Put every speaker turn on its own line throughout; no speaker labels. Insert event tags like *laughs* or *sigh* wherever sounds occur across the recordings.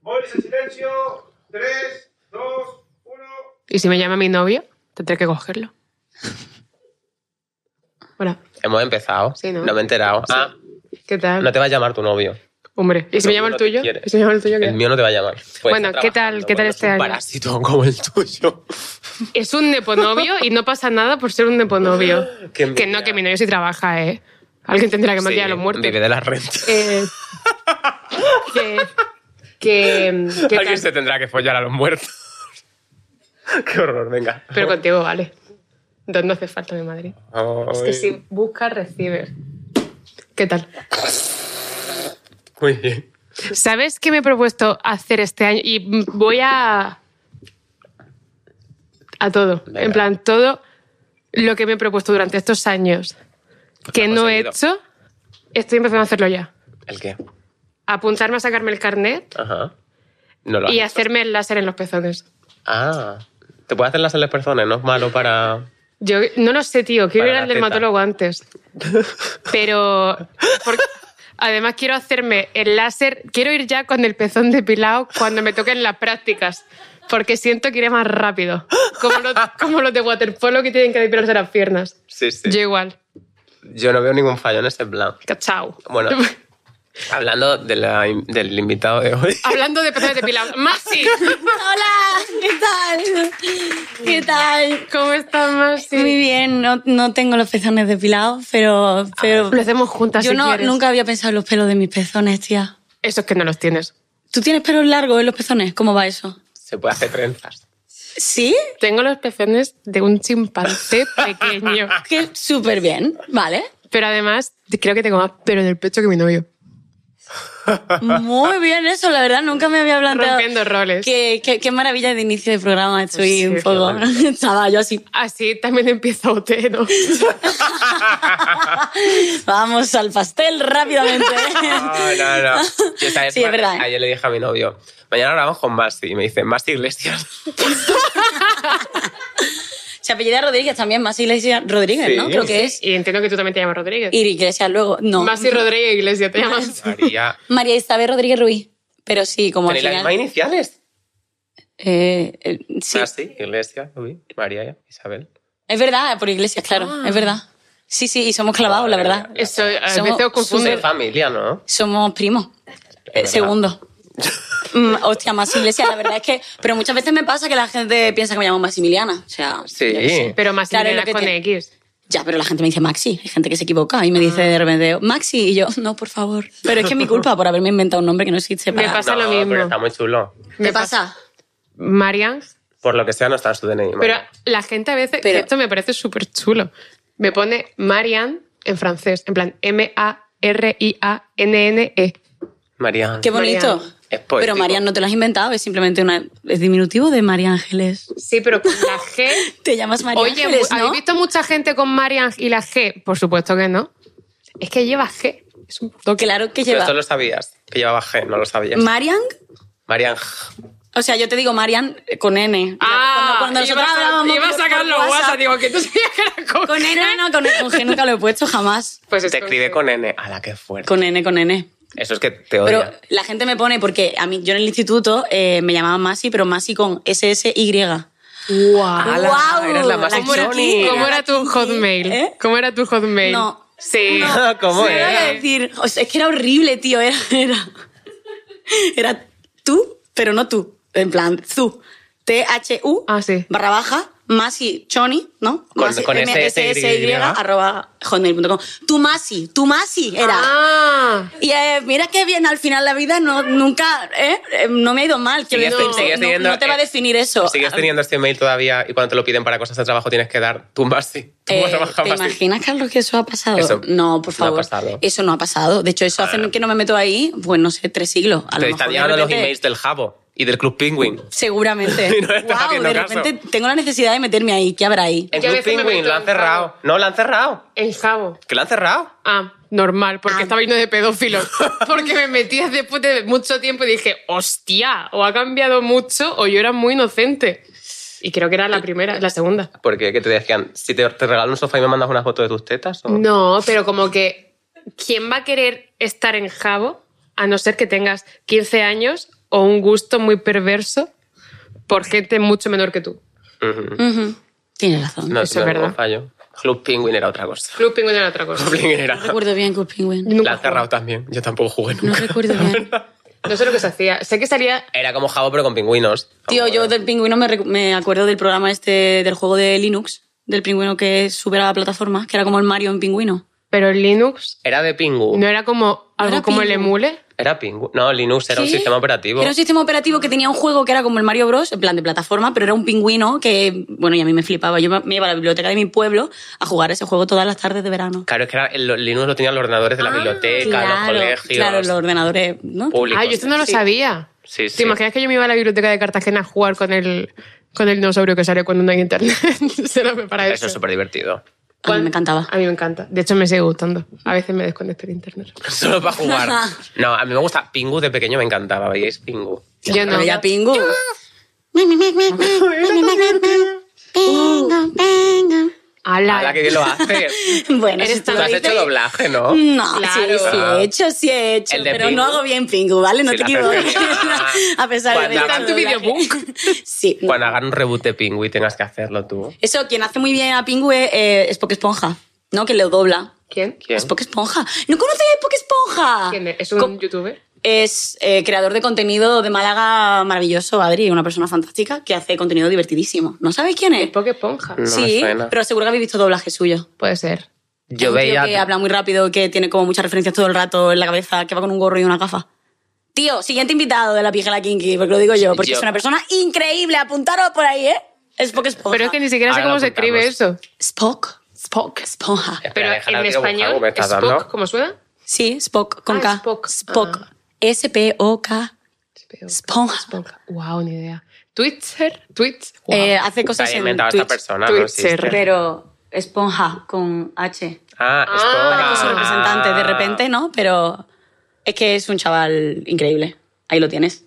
Volvéis en silencio. Tres, dos, uno.
¿Y si me llama mi novio? Tendré que cogerlo. Hola.
Hemos empezado.
Sí, ¿no?
me he enterado. Ah,
¿Qué tal?
no te va a llamar tu novio.
Hombre. ¿Y si me
No,
llama el
no te
tuyo?
quiere.
¿Y si me llama el tuyo? qué?
El mío no te va a llamar. Puede
Bueno,
estar
¿qué tal?
trabajando,
¿Qué tal
bueno,
este
es un
año?
parásito *laughs* como el *laughs* tuyo.
Es un neponovio y no pasa nada por ser un
*laughs*
neponovio.
Qué
que
envidia.
no, que mi novio sí trabaja, ¿eh? Alguien tendrá que
Sí,
matar a los muertos.
Vive de la renta.
Eh, que... que, que
Alguien
tal?
se tendrá que follar a los muertos. *laughs* Qué horror, venga.
Pero contigo vale. Entonces no hace falta mi Madrid. Es que
*laughs* Ay,
si buscas, recibes. ¿Qué tal?
Muy bien.
¿Sabes qué me he propuesto hacer este año? Y mm, voy a. a todo.
Venga.
En plan, todo lo que me he propuesto durante estos años que
has
no he
conseguido.
hecho, estoy empezando a hacerlo ya.
¿El qué?
Apuntarme a sacarme el carnet
Ajá. No lo
y
haces.
hacerme el láser en los pezones.
Ah. Te puedes hacer las las personas, no es malo para.
Yo no lo sé, tío. Quiero
Para
ir
la
al
teta.
dermatólogo antes. Pero. porque- además, quiero hacerme el láser. Quiero ir ya con el pezón depilado cuando me toquen las prácticas. Porque siento que iré más rápido. Como los, como los de waterpolo que tienen que depilarse las piernas.
Sí, sí.
Yo
Yo,
igual.
no veo ningún fallo en ese plan.
Cachao. *laughs*
Bueno, hablando de la in- del invitado de hoy.
Hablando de pezones depilados. Masi,
Hola, ¿qué tal? ¿Qué tal?
¿cómo estás,
Muy
Masi?
bien, no, no tengo los pezones depilados, pero, pero
Lo hacemos juntas
yo
si
no,
quieres.
nunca había pensado en los pelos de mis pezones, tía.
Eso es que no los tienes.
¿Tú tienes pelos largos en los pezones? ¿Cómo va eso?
Se puede hacer
*laughs*
trenzas.
¿Sí?
Tengo los pezones de un chimpancé pequeño.
Que súper bien, ¿vale?
Pero además, creo que tengo más pelo en el pecho que mi novio.
Muy bien eso, la verdad, nunca me había planteado.
Rompiendo roles. Pues
Qué, qué- qué maravilla de inicio de programa, estoy
Sí,
un poco... *laughs* Estaba yo así,
Así también empieza OT, *laughs* ¿no?
vamos al
*laughs*
pastel rápidamente.
No, no, no. ah, Yo, ¿sabes?
Sí, es verdad, ¿eh?
Ayer le dije a mi novio, mañana grabamos con Masti. Y me dice, Masti
*laughs*
Iglesias. *laughs*
Se apellida Rodríguez también, más Iglesias Rodríguez,
Sí.
¿no? Creo que es.
Y entiendo que tú también te llamas Rodríguez.
Ir Iglesias luego, no.
Masi Rodríguez Iglesias te *laughs* llamas.
María.
María Isabel Rodríguez Ruiz. Pero sí, como al
¿Tenéis las
final...
mismas iniciales?
eh, eh, sí,
Masti Iglesias, uy, María, Isabel.
es verdad, por Iglesias, claro, es verdad. Sí, sí, y somos clavados, la
Madre
verdad.
mía.
Eso, a
Somos
veces os
Tú
confundo.
de familia, ¿no?
Somos primos. Eh,
verdad.
segundo.
*laughs*
Mm, hostia, más Iglesias, la verdad es que... Pero muchas veces me pasa que la gente piensa que me llamo Maximiliana. O sea,
Sí.
yo qué sé.
Pero Masi
Claro, es
Iglesias
lo que
con
te-
X.
Ya, pero la gente me dice Maxi. Hay gente que se equivoca y me dice de repente Maxi. Y yo, no, por favor. Pero es que es mi culpa por haberme inventado un nombre que no existe
Me
para...
pasa
No,
lo mismo.
pero está muy chulo.
¿Qué pasa?
Marian.
Por lo que sea, no está en su DNI.
Pero
María.
la gente a veces...
Pero-
que Esto me parece súper chulo. Me pone Marian en francés. En plan, M-A-R-I-A-N-N-E.
María.
Qué bonito.
Marian.
Es poético.
Pero Marian no te lo has inventado, es simplemente una, es diminutivo de María Ángeles.
Sí, pero con la G...
Te llamas *laughs* María
Oye,
Ángeles,
¿habéis
¿no?
visto mucha gente con Marian y la G? Por supuesto que no. Es que lleva G. Es un toque.
Claro que
Pero
lleva.
esto lo sabías. Que llevaba G, no lo sabías.
Marian,
Marian.
o sea, yo te digo Marian eh, con N. cuando, cuando nosotros hablábamos
Ah, iba a
por-
sacar
por
los
WhatsApp,
WhatsApp, digo, que tú *laughs* sabías que era con,
Con N, no, con, con G nunca lo he puesto jamás.
Pues
Te
esto-
escribe con N. A la que fuerte.
Con N, con N.
Eso es que te odia.
Pero la gente me pone, porque a mí, yo en el instituto eh, me llamaban Masi, pero Masi con SSY.
Guau.
Ala,
¡Guau!
eres la más
Ah, ¿Cómo era,
choni.
cómo era tu hotmail?
¿Eh?
¿Cómo era tu hotmail?
No.
Sí.
No, *laughs* ¿Cómo
Sí,
era?
iba a decir, o sea, es que era horrible, tío. Era, era, era tú, pero no tú. En plan, tú. T-H-U
Ah, sí.
barra baja, Masi Choni, ¿no?
Con-
Masi,
con SSY.
arroba hotmail.com. Tú Masi, tú Masi era.
Ah.
Y eh, mira qué bien, al final la vida no, nunca, ¿eh? Eh, No me ha ido mal. Quiero
Sigues-
decir,
sigues
no-
teniendo- eh,
no te va a definir eso.
Sigues teniendo este email todavía y cuando te lo piden para cosas de trabajo tienes que dar tu Masti. Tu
Eh,
Masti.
¿Te imaginas, Carlos, que eso ha pasado?
Eso
no, por
no ha
favor.
pasado.
Eso no ha pasado. De hecho, eso hace que no me meto ahí, pues no sé, tres siglos. A lo
Te
mejor
están
de
llegando los
repente-
emails del Jabo y del Club Penguin.
Seguramente.
*laughs* Y no le estás
Guau,
haciendo
de
caso.
repente tengo la necesidad de meterme ahí. ¿Qué habrá ahí?
El
Yo a
Club
veces me
Penguin
meto
lo
en
han cerrado.
Jabo.
No, lo han cerrado.
En Jabo.
Que lo han cerrado.
Ah, normal, porque
Ah.
estaba lleno de pedófilos. Porque me metías después de mucho tiempo y dije, hostia, o ha cambiado mucho o yo era muy inocente. Y creo que era la primera, la segunda.
Porque ¿qué te decían, si te, te regalo un sofá y me mandas una foto de tus tetas. ¿o?
No, pero como que, ¿quién va a querer estar en Jabo a no ser que tengas 15 años o un gusto muy perverso por gente mucho menor que tú.
Ujú.
Ujú. Tienes razón.
Mm. No,
Eso es
no,
verdad.
no fallo. Club Penguin era otra cosa. *laughs*
Club Penguin era otra cosa.
Club Penguin era.
No recuerdo bien Club Penguin.
Nunca
La han
jugué.
cerrado también. Yo tampoco jugué
No
nunca.
recuerdo
*laughs*
bien.
No sé lo que se hacía. Sé que salía.
Era como jabo, pero con pingüinos.
Tío, yo del pingüino me, recu- me acuerdo del programa este del juego de Linux, del pingüino que sube a la plataforma, que era como el Mario en pingüino.
Pero el Linux
Era de Pingu.
no era como
No
algo
era
como el
Penguin.
emule.
Era Pingu. No, Linux era un
Sí.
sistema operativo.
Era un sistema operativo que tenía un juego que era como el Mario Bros, en plan de plataforma, pero era un pingüino que, bueno, y a mí me flipaba. Yo me iba a la biblioteca de mi pueblo a jugar ese juego todas las tardes de verano.
Claro, es que era, el Linux lo tenían los ordenadores de la
Ah,
biblioteca, Eh, los
claro,
colegios.
claro, los ordenadores, ¿no?
Públicos.
Ah, yo esto no lo sabía.
Sí, sí.
¿Te imaginas que yo me iba a la biblioteca de Cartagena a jugar con el, con el dinosaurio que salió cuando no hay internet? *laughs* Solo me para eso.
Eso es súper divertido.
A mí me encantaba.
A mí me encanta. De hecho, me sigue gustando. A veces me desconecto de internet.
*laughs* Solo para
*laughs*
jugar. No, a mí me gusta. Pingu de pequeño me encantaba, veíais Pingu.
Yo no.
Ya pingo. Uh.
Ala.
¡Hala, que bien lo haces!
*laughs* Bueno,
Eres
si
tan
Tú
tú lo
has
dices-
hecho doblaje, ¿no?
No,
Claro.
sí, sí he hecho, sí he hecho,
El de
pero
Pingu.
no hago bien Pingu, ¿vale? No
Sí,
te
la haces
equivoques.
bien. Ah.
a pesar de
Cuando
haber
hagan
hecho
tu
doblaje.
videobook.
*laughs* Sí.
Ah, Cuando hagan un reboot de Pingu y tengas que hacerlo tú.
Eso, quien hace muy bien a Pingu es, eh, es Poc Esponja, ¿no? Que lo dobla.
¿Quién?
¿Quién?
Es Poc Esponja. ¿No conoces a Poc Esponja?
¿Quién es? ¿Es
Co-
un youtuber?
es, eh, creador de contenido de Málaga maravilloso, Adri, una persona fantástica que hace contenido divertidísimo. ¿No sabéis quién es?
¿Es Poké Esponja?
No me
sí,
suena.
pero seguro que habéis visto doblaje suyo.
Puede ser.
Es
Yo
un tío
veía.
que habla muy rápido, que tiene como muchas referencias todo el rato en la cabeza, que va con un gorro y una gafa. Tío, siguiente invitado de la pijela Kinky, porque lo digo yo, porque
Yo-
es una persona increíble. Apuntaros por ahí, ¿eh? Es Spock Esponja.
Pero es que ni siquiera sé
Ahora
cómo
lo
se escribe eso.
Spock. Spock. Esponja.
Pero
Espera, déjala,
en
tengo que buscar
español,
cómo me estás
Spock,
dando.
¿cómo suena?
Sí, Spock, con
Ah,
K.
Spock.
Spock.
Ah.
S-P-O-K. Esponja.
Wow, ni idea. Twitter, tweets. Wow.
Eh, hace
Se
cosas
ha
en
inventado esta
Twitch.
persona,
Twitch,
no existe.
Pero Esponja con H.
Ah, es
Ah,
Ponga.
Para que su representante de repente, ¿no? Pero es que es un chaval increíble. Ahí lo tienes.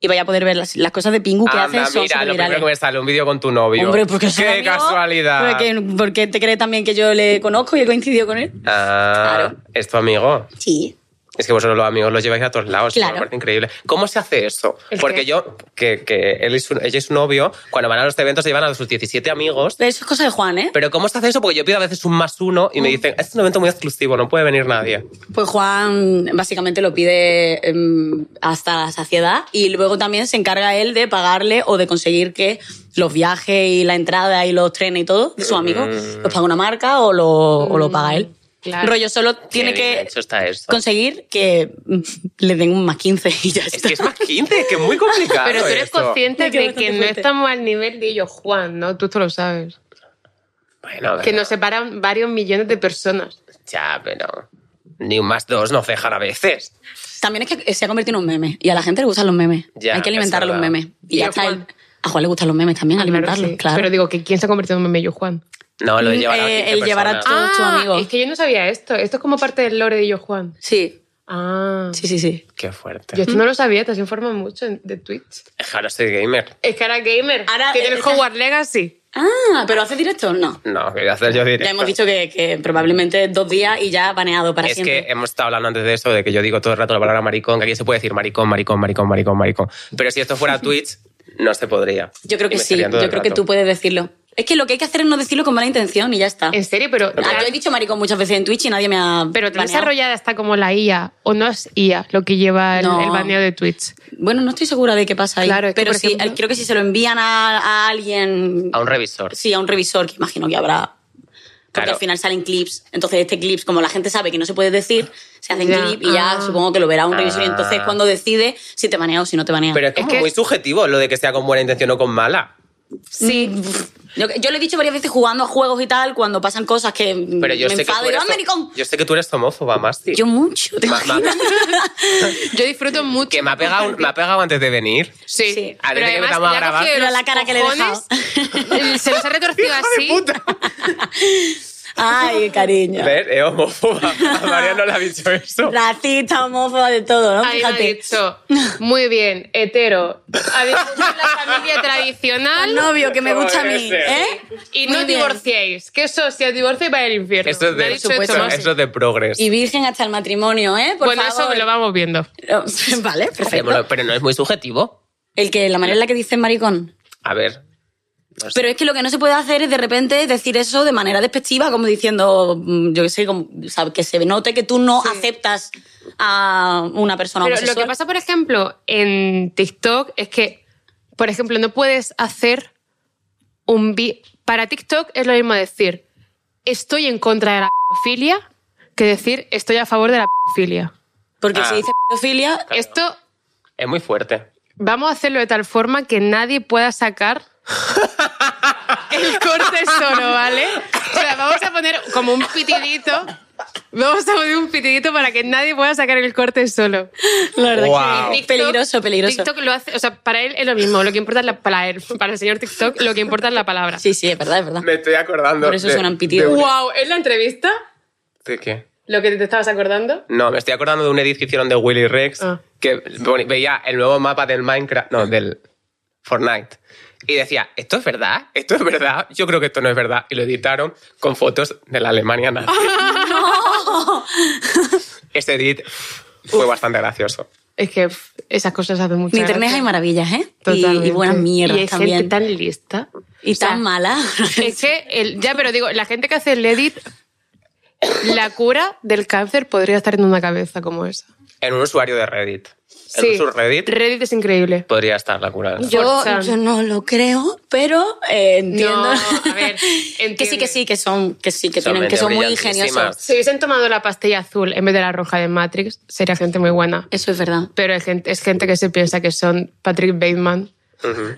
Y vaya a poder ver las, las cosas de Pingu que
Anda,
hace. Son
mira, lo
supervirales.
primero que me sale un vídeo con tu novio.
Hombre, porque son
¡Qué
amigos,
casualidad!
Porque, porque te cree también que yo le conozco y he coincidido con él.
Ah,
Claro.
es tu amigo.
Sí.
Es que vosotros los amigos los lleváis a todos lados.
Claro.
Me parece increíble. ¿Cómo se hace eso?
¿El
Porque
qué?
yo, que, que él es un- ella es su novio, cuando van a los eventos se llevan a sus 17 amigos.
Pero eso es cosa de Juan, ¿eh?
Pero ¿cómo se hace eso? Porque yo pido a veces un más uno y me dicen, este es un evento muy exclusivo, no puede venir nadie.
Pues Juan básicamente lo pide em, hasta la saciedad y luego también se encarga él de pagarle o de conseguir que los viajes y la entrada y los trenes y todo de sus amigos
Mm.
los paga una marca o lo, o lo paga él.
Mm, claro.
Rollo solo tiene
Qué bien
que
hecho está eso.
conseguir que mm, le den un más 15 y ya
Es
está.
que es más 15, que es muy complicado.
Pero tú eres
eso.
consciente
Me quedo
de
bastante
que no
fuerte.
estamos al nivel de ellos, Juan, ¿no? Tú esto lo sabes.
Bueno,
Que
pero-
nos separan varios millones de personas.
Ya, pero. Ni un más dos nos dejan a veces.
También es que se ha convertido en un meme y a la gente le gustan los memes.
Ya,
Hay que
es
alimentar los
verdad.
memes. Y,
Y
ya
a
está.
Juan. Ah,
A Juan le gustan los memes también, alimentarlos,
sí.
claro.
Pero digo, que ¿quién se ha convertido en un mello, Juan?
No, lo de
Mm,
llevar a
eh,
15
el llevar a
personas.
tu- tus amigos.
Es que yo no sabía esto. Esto es como parte del lore de ellos, Juan.
Sí,
Ah.
sí, sí, sí.
Qué fuerte.
Yo esto no lo sabía, te has informado mucho en- de Twitch.
Ahora soy gamer.
Es que ahora gamer.
Ahora-
tiene el
esa-
Hogwarts Legacy.
Ah, pero hace directo, no.
No, voy a hacer yo directo.
Ya hemos dicho que, que probablemente dos días y ya baneado para
es
siempre.
que hemos estado hablando antes de eso, de que yo digo todo el rato la palabra maricón, que aquí se puede decir maricón, maricón, maricón, maricón, maricón. Pero si esto
*laughs*
fuera Twitch, no se podría.
yo creo
Y
que
me
sí,
estarían todo
yo
el
creo que
rato.
tú puedes decirlo. Es que lo que hay que hacer es no decirlo con mala intención y ya está.
En serio, pero.
Ah, yo he dicho maricón muchas veces en Twitch y nadie me ha.
Pero tan
baneado.
desarrollada está como la IA, o no es IA lo que lleva el,
No.
el baneo de Twitch.
Bueno, no estoy segura de qué pasa ahí.
Claro, es que,
pero
por
sí,
ejemplo-
eh, creo que si se lo envían a, a alguien.
A un revisor.
Sí, a un revisor, que imagino que habrá. Porque
Claro.
al final salen clips. Entonces, este clips, como la gente sabe que no se puede decir, se hacen
Ya,
clip y ya
ah.
supongo que lo verá un revisor. Y
Ah.
entonces, cuando decide si te banea o si no te banea.
Pero es, como
que-
muy subjetivo lo de que sea con buena intención o con mala.
Sí.
Mm.
Yo, yo lo he dicho varias veces jugando a juegos y tal, cuando pasan cosas que
Pero yo sé
me
que
enfado
tú
y
eres
digo, "Ah, maricón".
yo sé que tú eres homófoba, Masti.
Yo mucho, te
Ma-
*laughs*
ma-
imaginas.
Yo disfruto mucho.
que me ha pegado, me ha pegado antes de venir.
Sí.
Sí.
A ver,
Pero
¿de qué
además,
estamos a
le ha
grabar?
cogido
Mira
los *laughs*
la cara que le he
cojones, Se los ha retorcido así.
Ay, cariño.
¿Ves? Es
*laughs*
homófoba. A María no le ha dicho eso.
Racista, homófoba, de todo, ¿no?
Ahí lo ha
Fíjate.
dicho. Muy bien, hetero. A disfrutar la familia
Al
tradicional
novio que me
Como
gusta a
debe
mí,
ser.
¿eh?
y no
Muy bien.
divorciéis. Que eso, si os divorciáis, va al infierno.
Esto es
Me ha
de,
dicho
supuesto,
esto
esto-
más.
sí.
esto es de progres.
Y virgen hasta el matrimonio, ¿eh? Por
bueno,
favor.
eso lo vamos viendo.
*laughs* vale, perfecto.
Pero no es muy subjetivo.
El que, la manera en la que dicen maricón.
A ver. no sé.
Pero es que lo que no se puede hacer es de repente decir eso de manera despectiva, como diciendo, mm, yo qué sé, como, o sea, que se note que tú no aceptas a una persona
Pero lo
homosexual.
que pasa, por ejemplo, en TikTok es que, por ejemplo, no puedes hacer un vi- Para TikTok es lo mismo decir estoy en contra de la pedofilia que decir estoy a favor de la pedofilia.
Porque
Ah.
si dices pedofilia,
Esto
Es muy fuerte.
vamos a hacerlo de tal forma que nadie pueda *laughs* sacar el corte solo, ¿vale? O sea, vamos a poner como un pitidito. Vamos a poner un pitidito para que nadie pueda sacar el corte solo.
la verdad
Ah,
Guau.
que peligroso, peligroso.
Eh, TikTok lo hace, o sea, para él es lo mismo, lo que importa es la para él, para el señor TikTok, lo que importa es la palabra.
Sí, sí, es verdad, es verdad.
Me estoy acordando.
Por eso
de-
suenan pitidos.
de-
Wow, ¿es la entrevista?
¿De qué?
Lo que te estabas acordando.
No, me estoy acordando de un edit que hicieron de Willy Rex
Ah.
que pone- veía el nuevo mapa del Minecraft, no, del Fortnite. Y decía, ¿esto es verdad? ¿Esto es verdad? Yo creo que esto no es verdad. Y lo editaron con fotos de la Alemania nazi.
Ah.
Este edit fue bastante gracioso.
*laughs* Es que pff, esas cosas hacen mucho.
En internet hay maravillas, ¿eh? Y- Y, buenas mierdas
Y hay
también.
gente tan lista.
y
O sea, *laughs*
tan mala.
Es que, el- ya, pero digo, la gente que hace el edit, la cura del cáncer podría estar en una cabeza como esa.
En un usuario de Reddit. En un subreddit
Reddit es increíble.
podría estar la cura.
Yo-
Yo,
Forzan.
yo no lo creo, pero eh, entiendo. *laughs*
No, a ver,
que sí, que sí, que son, que sí, que
Son
tienen, que
mentes
son muy
brillantísimas.
ingeniosos.
Si hubiesen tomado la pastilla azul en vez de la roja de Matrix, sería gente muy buena.
Eso es verdad.
Pero hay gente, es gente que se piensa que son Patrick Bateman.
Ujú.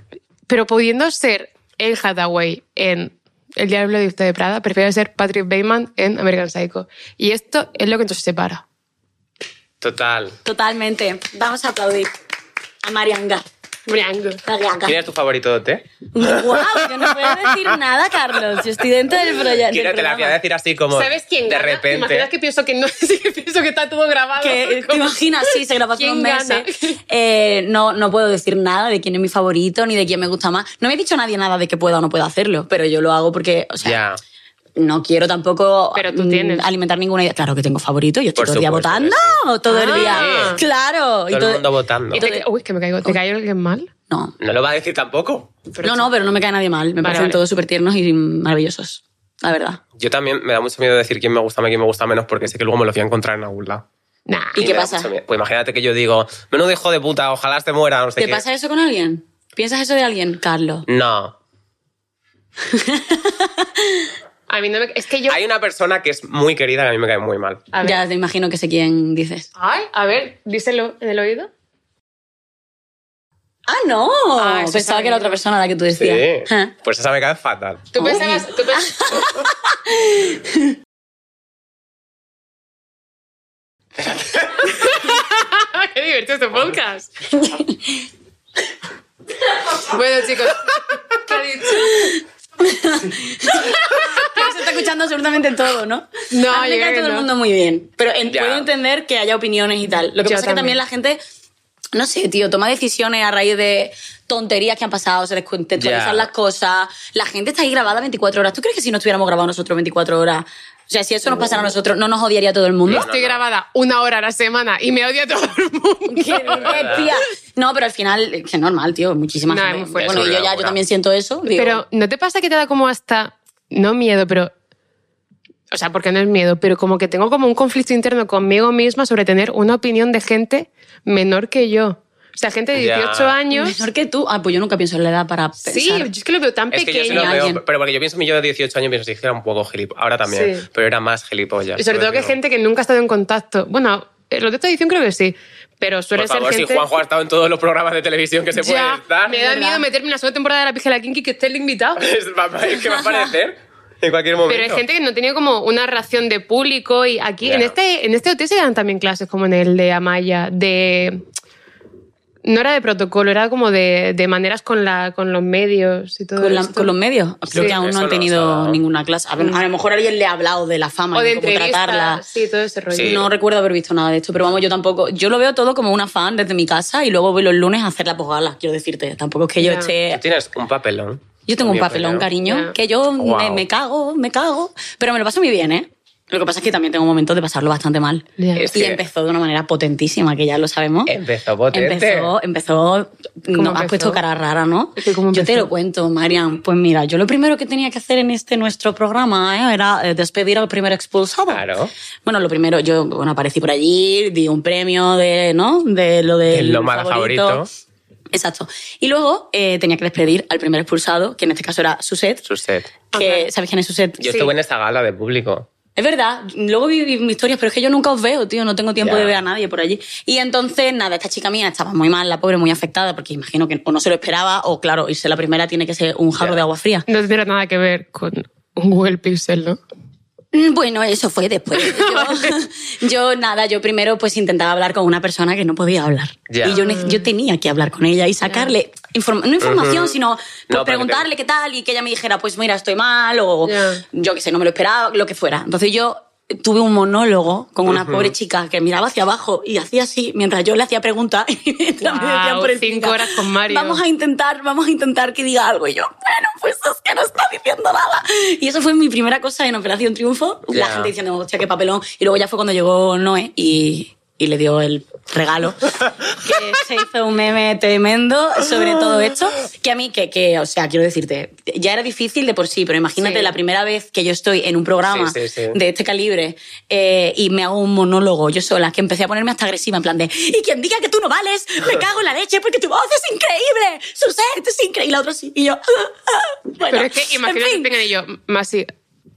Pero pudiendo ser El Hathaway en El Diablo de Vista de Prada, prefiero ser Patrick Bateman en American Psycho. Y esto es lo que nos separa.
Total.
Totalmente. Vamos a aplaudir a Marianga. Marianga.
¿Quién es tu favorito de té?
Guau, yo no puedo decir nada, Carlos. Yo estoy dentro del proyecto.
¿Quién te la voy a decir así como
¿Sabes quién
de
gana? ¿Te
repente?
imaginas que pienso que no, *laughs* que pienso que está todo grabado?
Que
*laughs*
te
Como-
imaginas, sí, se grabó hace
¿Quién
unos
gana?
meses. Eh, no, no puedo decir nada de quién es mi favorito ni de quién me gusta más. No me ha dicho nadie nada de que pueda o no pueda hacerlo, pero yo lo hago porque, o sea,
Ya.
no quiero tampoco
Pero tú
mm,
tienes.
alimentar ninguna idea. Claro que tengo favorito, yo estoy
Por
todo el día
supuesto que
votando, todo el
Ah.
día.
Sí.
Claro. y
Todo el mundo votando.
y todo-
Te- Uy, que me caigo. ¿Te cayó alguien mal?
No.
No lo va a decir tampoco.
no, no, pero no me cae nadie mal. Me
Vale,
parecen
vale.
todos súper tiernos y maravillosos. La verdad.
Yo también me da mucho miedo decir quién me gusta más y quién me gusta menos porque sé que luego me los voy a encontrar en algún lado.
Nah.
¿Y qué
me da
pasa?
mucho miedo. Pues imagínate que yo digo, menudo hijo de puta, ojalá se muera, no sé
¿Te
qué.
pasa eso con alguien? ¿Piensas eso de alguien, Carlos?
No.
A mí no me... Es que yo...
Hay una persona que es muy querida que a mí me cae muy mal.
A ver.
Ya te imagino que sé quién dices.
Ay, a ver, díselo en el oído.
¡Ah, no!
Ah, eso
Pensaba
sabe.
que era otra persona la que tú decías. Ah.
Pues esa me cae fatal.
Tú
Uy.
pensabas... tú pens- *laughs* Qué divertido este podcast. *laughs* bueno, chicos. ¿qué ha dicho?
Se está escuchando absolutamente todo, ¿no?
No,
A mí
yo
me
creo
cae
que
todo el
no.
mundo muy bien. Pero en-
Ya.
puedo entender que haya opiniones y tal. Lo que
Yo
pasa es que
también.
también la gente, no sé, tío, toma decisiones a raíz de tonterías que han pasado, se descontextualizan
Ya.
las cosas. La gente está ahí grabada 24 horas. ¿Tú crees que si no estuviéramos grabados nosotros 24 horas? O sea, si eso nos pasara a nosotros, ¿no nos odiaría todo el mundo?
*laughs*
*laughs*
No, no,
Estoy
no.
grabada una hora a la semana y me odia todo el mundo.
Qué bestia. No, pero al final, eh, que es normal, tío, muchísima
No,
gente.
es muy fuerte.
Bueno,
Es una
yo ya yo
locura.
también siento eso. digo,
Pero ¿no te pasa que te da como hasta... No miedo, pero... O sea, porque no es miedo, pero como que tengo como un conflicto interno conmigo misma sobre tener una opinión de gente menor que yo. O sea, gente de
Ya.
18 años...
mejor que tú. Ah, pues yo nunca pienso en la edad para
Sí, yo
pensar.
es que lo veo tan
Es que yo sí
pequeño.
lo
alguien.
veo, pero porque yo pienso en mi yo de 18 años, pienso que era un poco gilipollas. Ahora también,
Sí.
pero era más gilipollas.
Y sobre todo que
Pero
es gente que nunca ha estado en contacto. Bueno, eh, lo de esta edición creo que sí, pero suele
Por favor,
ser gente...
si Juanjo ha estado en todos los programas de televisión que se
Ya,
pueden estar,
me da
¿verdad?
miedo meterme en la segunda temporada de La Pija de la Kinky que esté el
*laughs*
invitado.
es va- es que va a aparecer en cualquier momento.
Pero hay gente que no tiene como una reacción de público y aquí,
Ya.
en, este, en este hotel se dan también clases como en el de Amaya, de No era de protocolo, era como de, de maneras con, la, con los medios y todo
Con, la-
esto. Mm.
con los medios. Creo que aún
eso no
no han
lo
tenido
sabe.
ninguna clase. A, ver, a lo mejor alguien le ha hablado de la fama
O de
y de cómo tratarla.
entrevistas. Sí, todo ese rollo.
Sí.
No recuerdo haber visto nada de esto, pero vamos, yo tampoco. Yo lo veo todo como una fan desde mi casa y luego voy los lunes a hacer la posgala, quiero decirte. Tampoco es que yo
Ya.
esté.
Tú tienes un papelón.
Yo tengo un
Mío,
papelón,
pero-
cariño,
Ya.
que yo me-
Guau.
me, cago, me cago, pero me lo paso muy bien, ¿eh? Lo que pasa es que también tengo momentos de pasarlo bastante mal.
Ya.
Es
y
que-
empezó de una manera potentísima, que ya lo sabemos.
Empezó potente.
Empezó, empezó,
¿Cómo
no, has
empezó?
puesto cara rara, ¿no?
Es que ¿cómo
Yo te
empezó?
lo cuento, Marian. Pues mira, yo lo primero que tenía que hacer en este nuestro programa ¿eh? era eh, despedir al primer expulsado.
Claro.
Bueno, lo primero, yo bueno, aparecí por allí, di un premio de, ¿no? De lo de
Del Lomada favorito.
Exacto. Y luego eh, tenía que despedir al primer expulsado, que en este caso era Suset.
Su set.
Que,
Ajá.
¿Sabes quién es Suset?
Yo
Sí.
estuve en esa gala de público.
Es verdad, luego viví mis historias, pero es que yo nunca os veo, tío, no tengo tiempo
Ya.
de ver a nadie por allí. Y entonces, nada, esta chica mía estaba muy mal, la pobre, muy afectada, porque imagino que o no se lo esperaba, o claro, irse la primera tiene que ser un jarro
Ya.
de agua fría.
No tendrá nada que ver con un Google Pixel, ¿no?
Mm, Bueno, eso
*laughs*
fue después. Yo, yo, nada, yo primero pues intentaba hablar con una persona que no podía hablar.
Ya.
Y yo, ne- yo tenía que hablar con ella y sacarle, inform- no información, sino
No,
pues,
para que te-
preguntarle qué tal y que ella me dijera, pues mira, estoy mal o
Ya.
yo qué sé, no me lo esperaba, lo que fuera. Entonces yo tuve un monólogo con una pobre chica que miraba hacia abajo y hacía así mientras yo le hacía preguntas *laughs* y mientras me decían
Guau,
por el
cinco
picado,
horas con Mario.
Vamos a intentar, vamos a intentar que diga algo. Y yo, bueno, pues es que no está diciendo nada. Y eso fue mi primera cosa en Operación Triunfo. La
Ya.
gente diciendo, hostia, qué papelón. Y luego ya fue cuando llegó Noé y, y le dio el regalo. que se hizo un meme tremendo sobre todo esto. Que a mí, que, que, o sea, quiero decirte, ya era difícil de por sí, pero imagínate
Sí.
la primera vez que yo estoy en un programa
Sí, sí, sí.
de este calibre eh, y me hago un monólogo yo sola, que empecé a ponerme hasta agresiva, en plan de, y quien diga que tú no vales,
*laughs*
me cago en la leche porque tu voz es increíble, Suset es increíble, y la otra sí, y yo, *laughs* "Ah, bueno,
Pero es que imagínate
en fin.
que tengan ellos, Masi,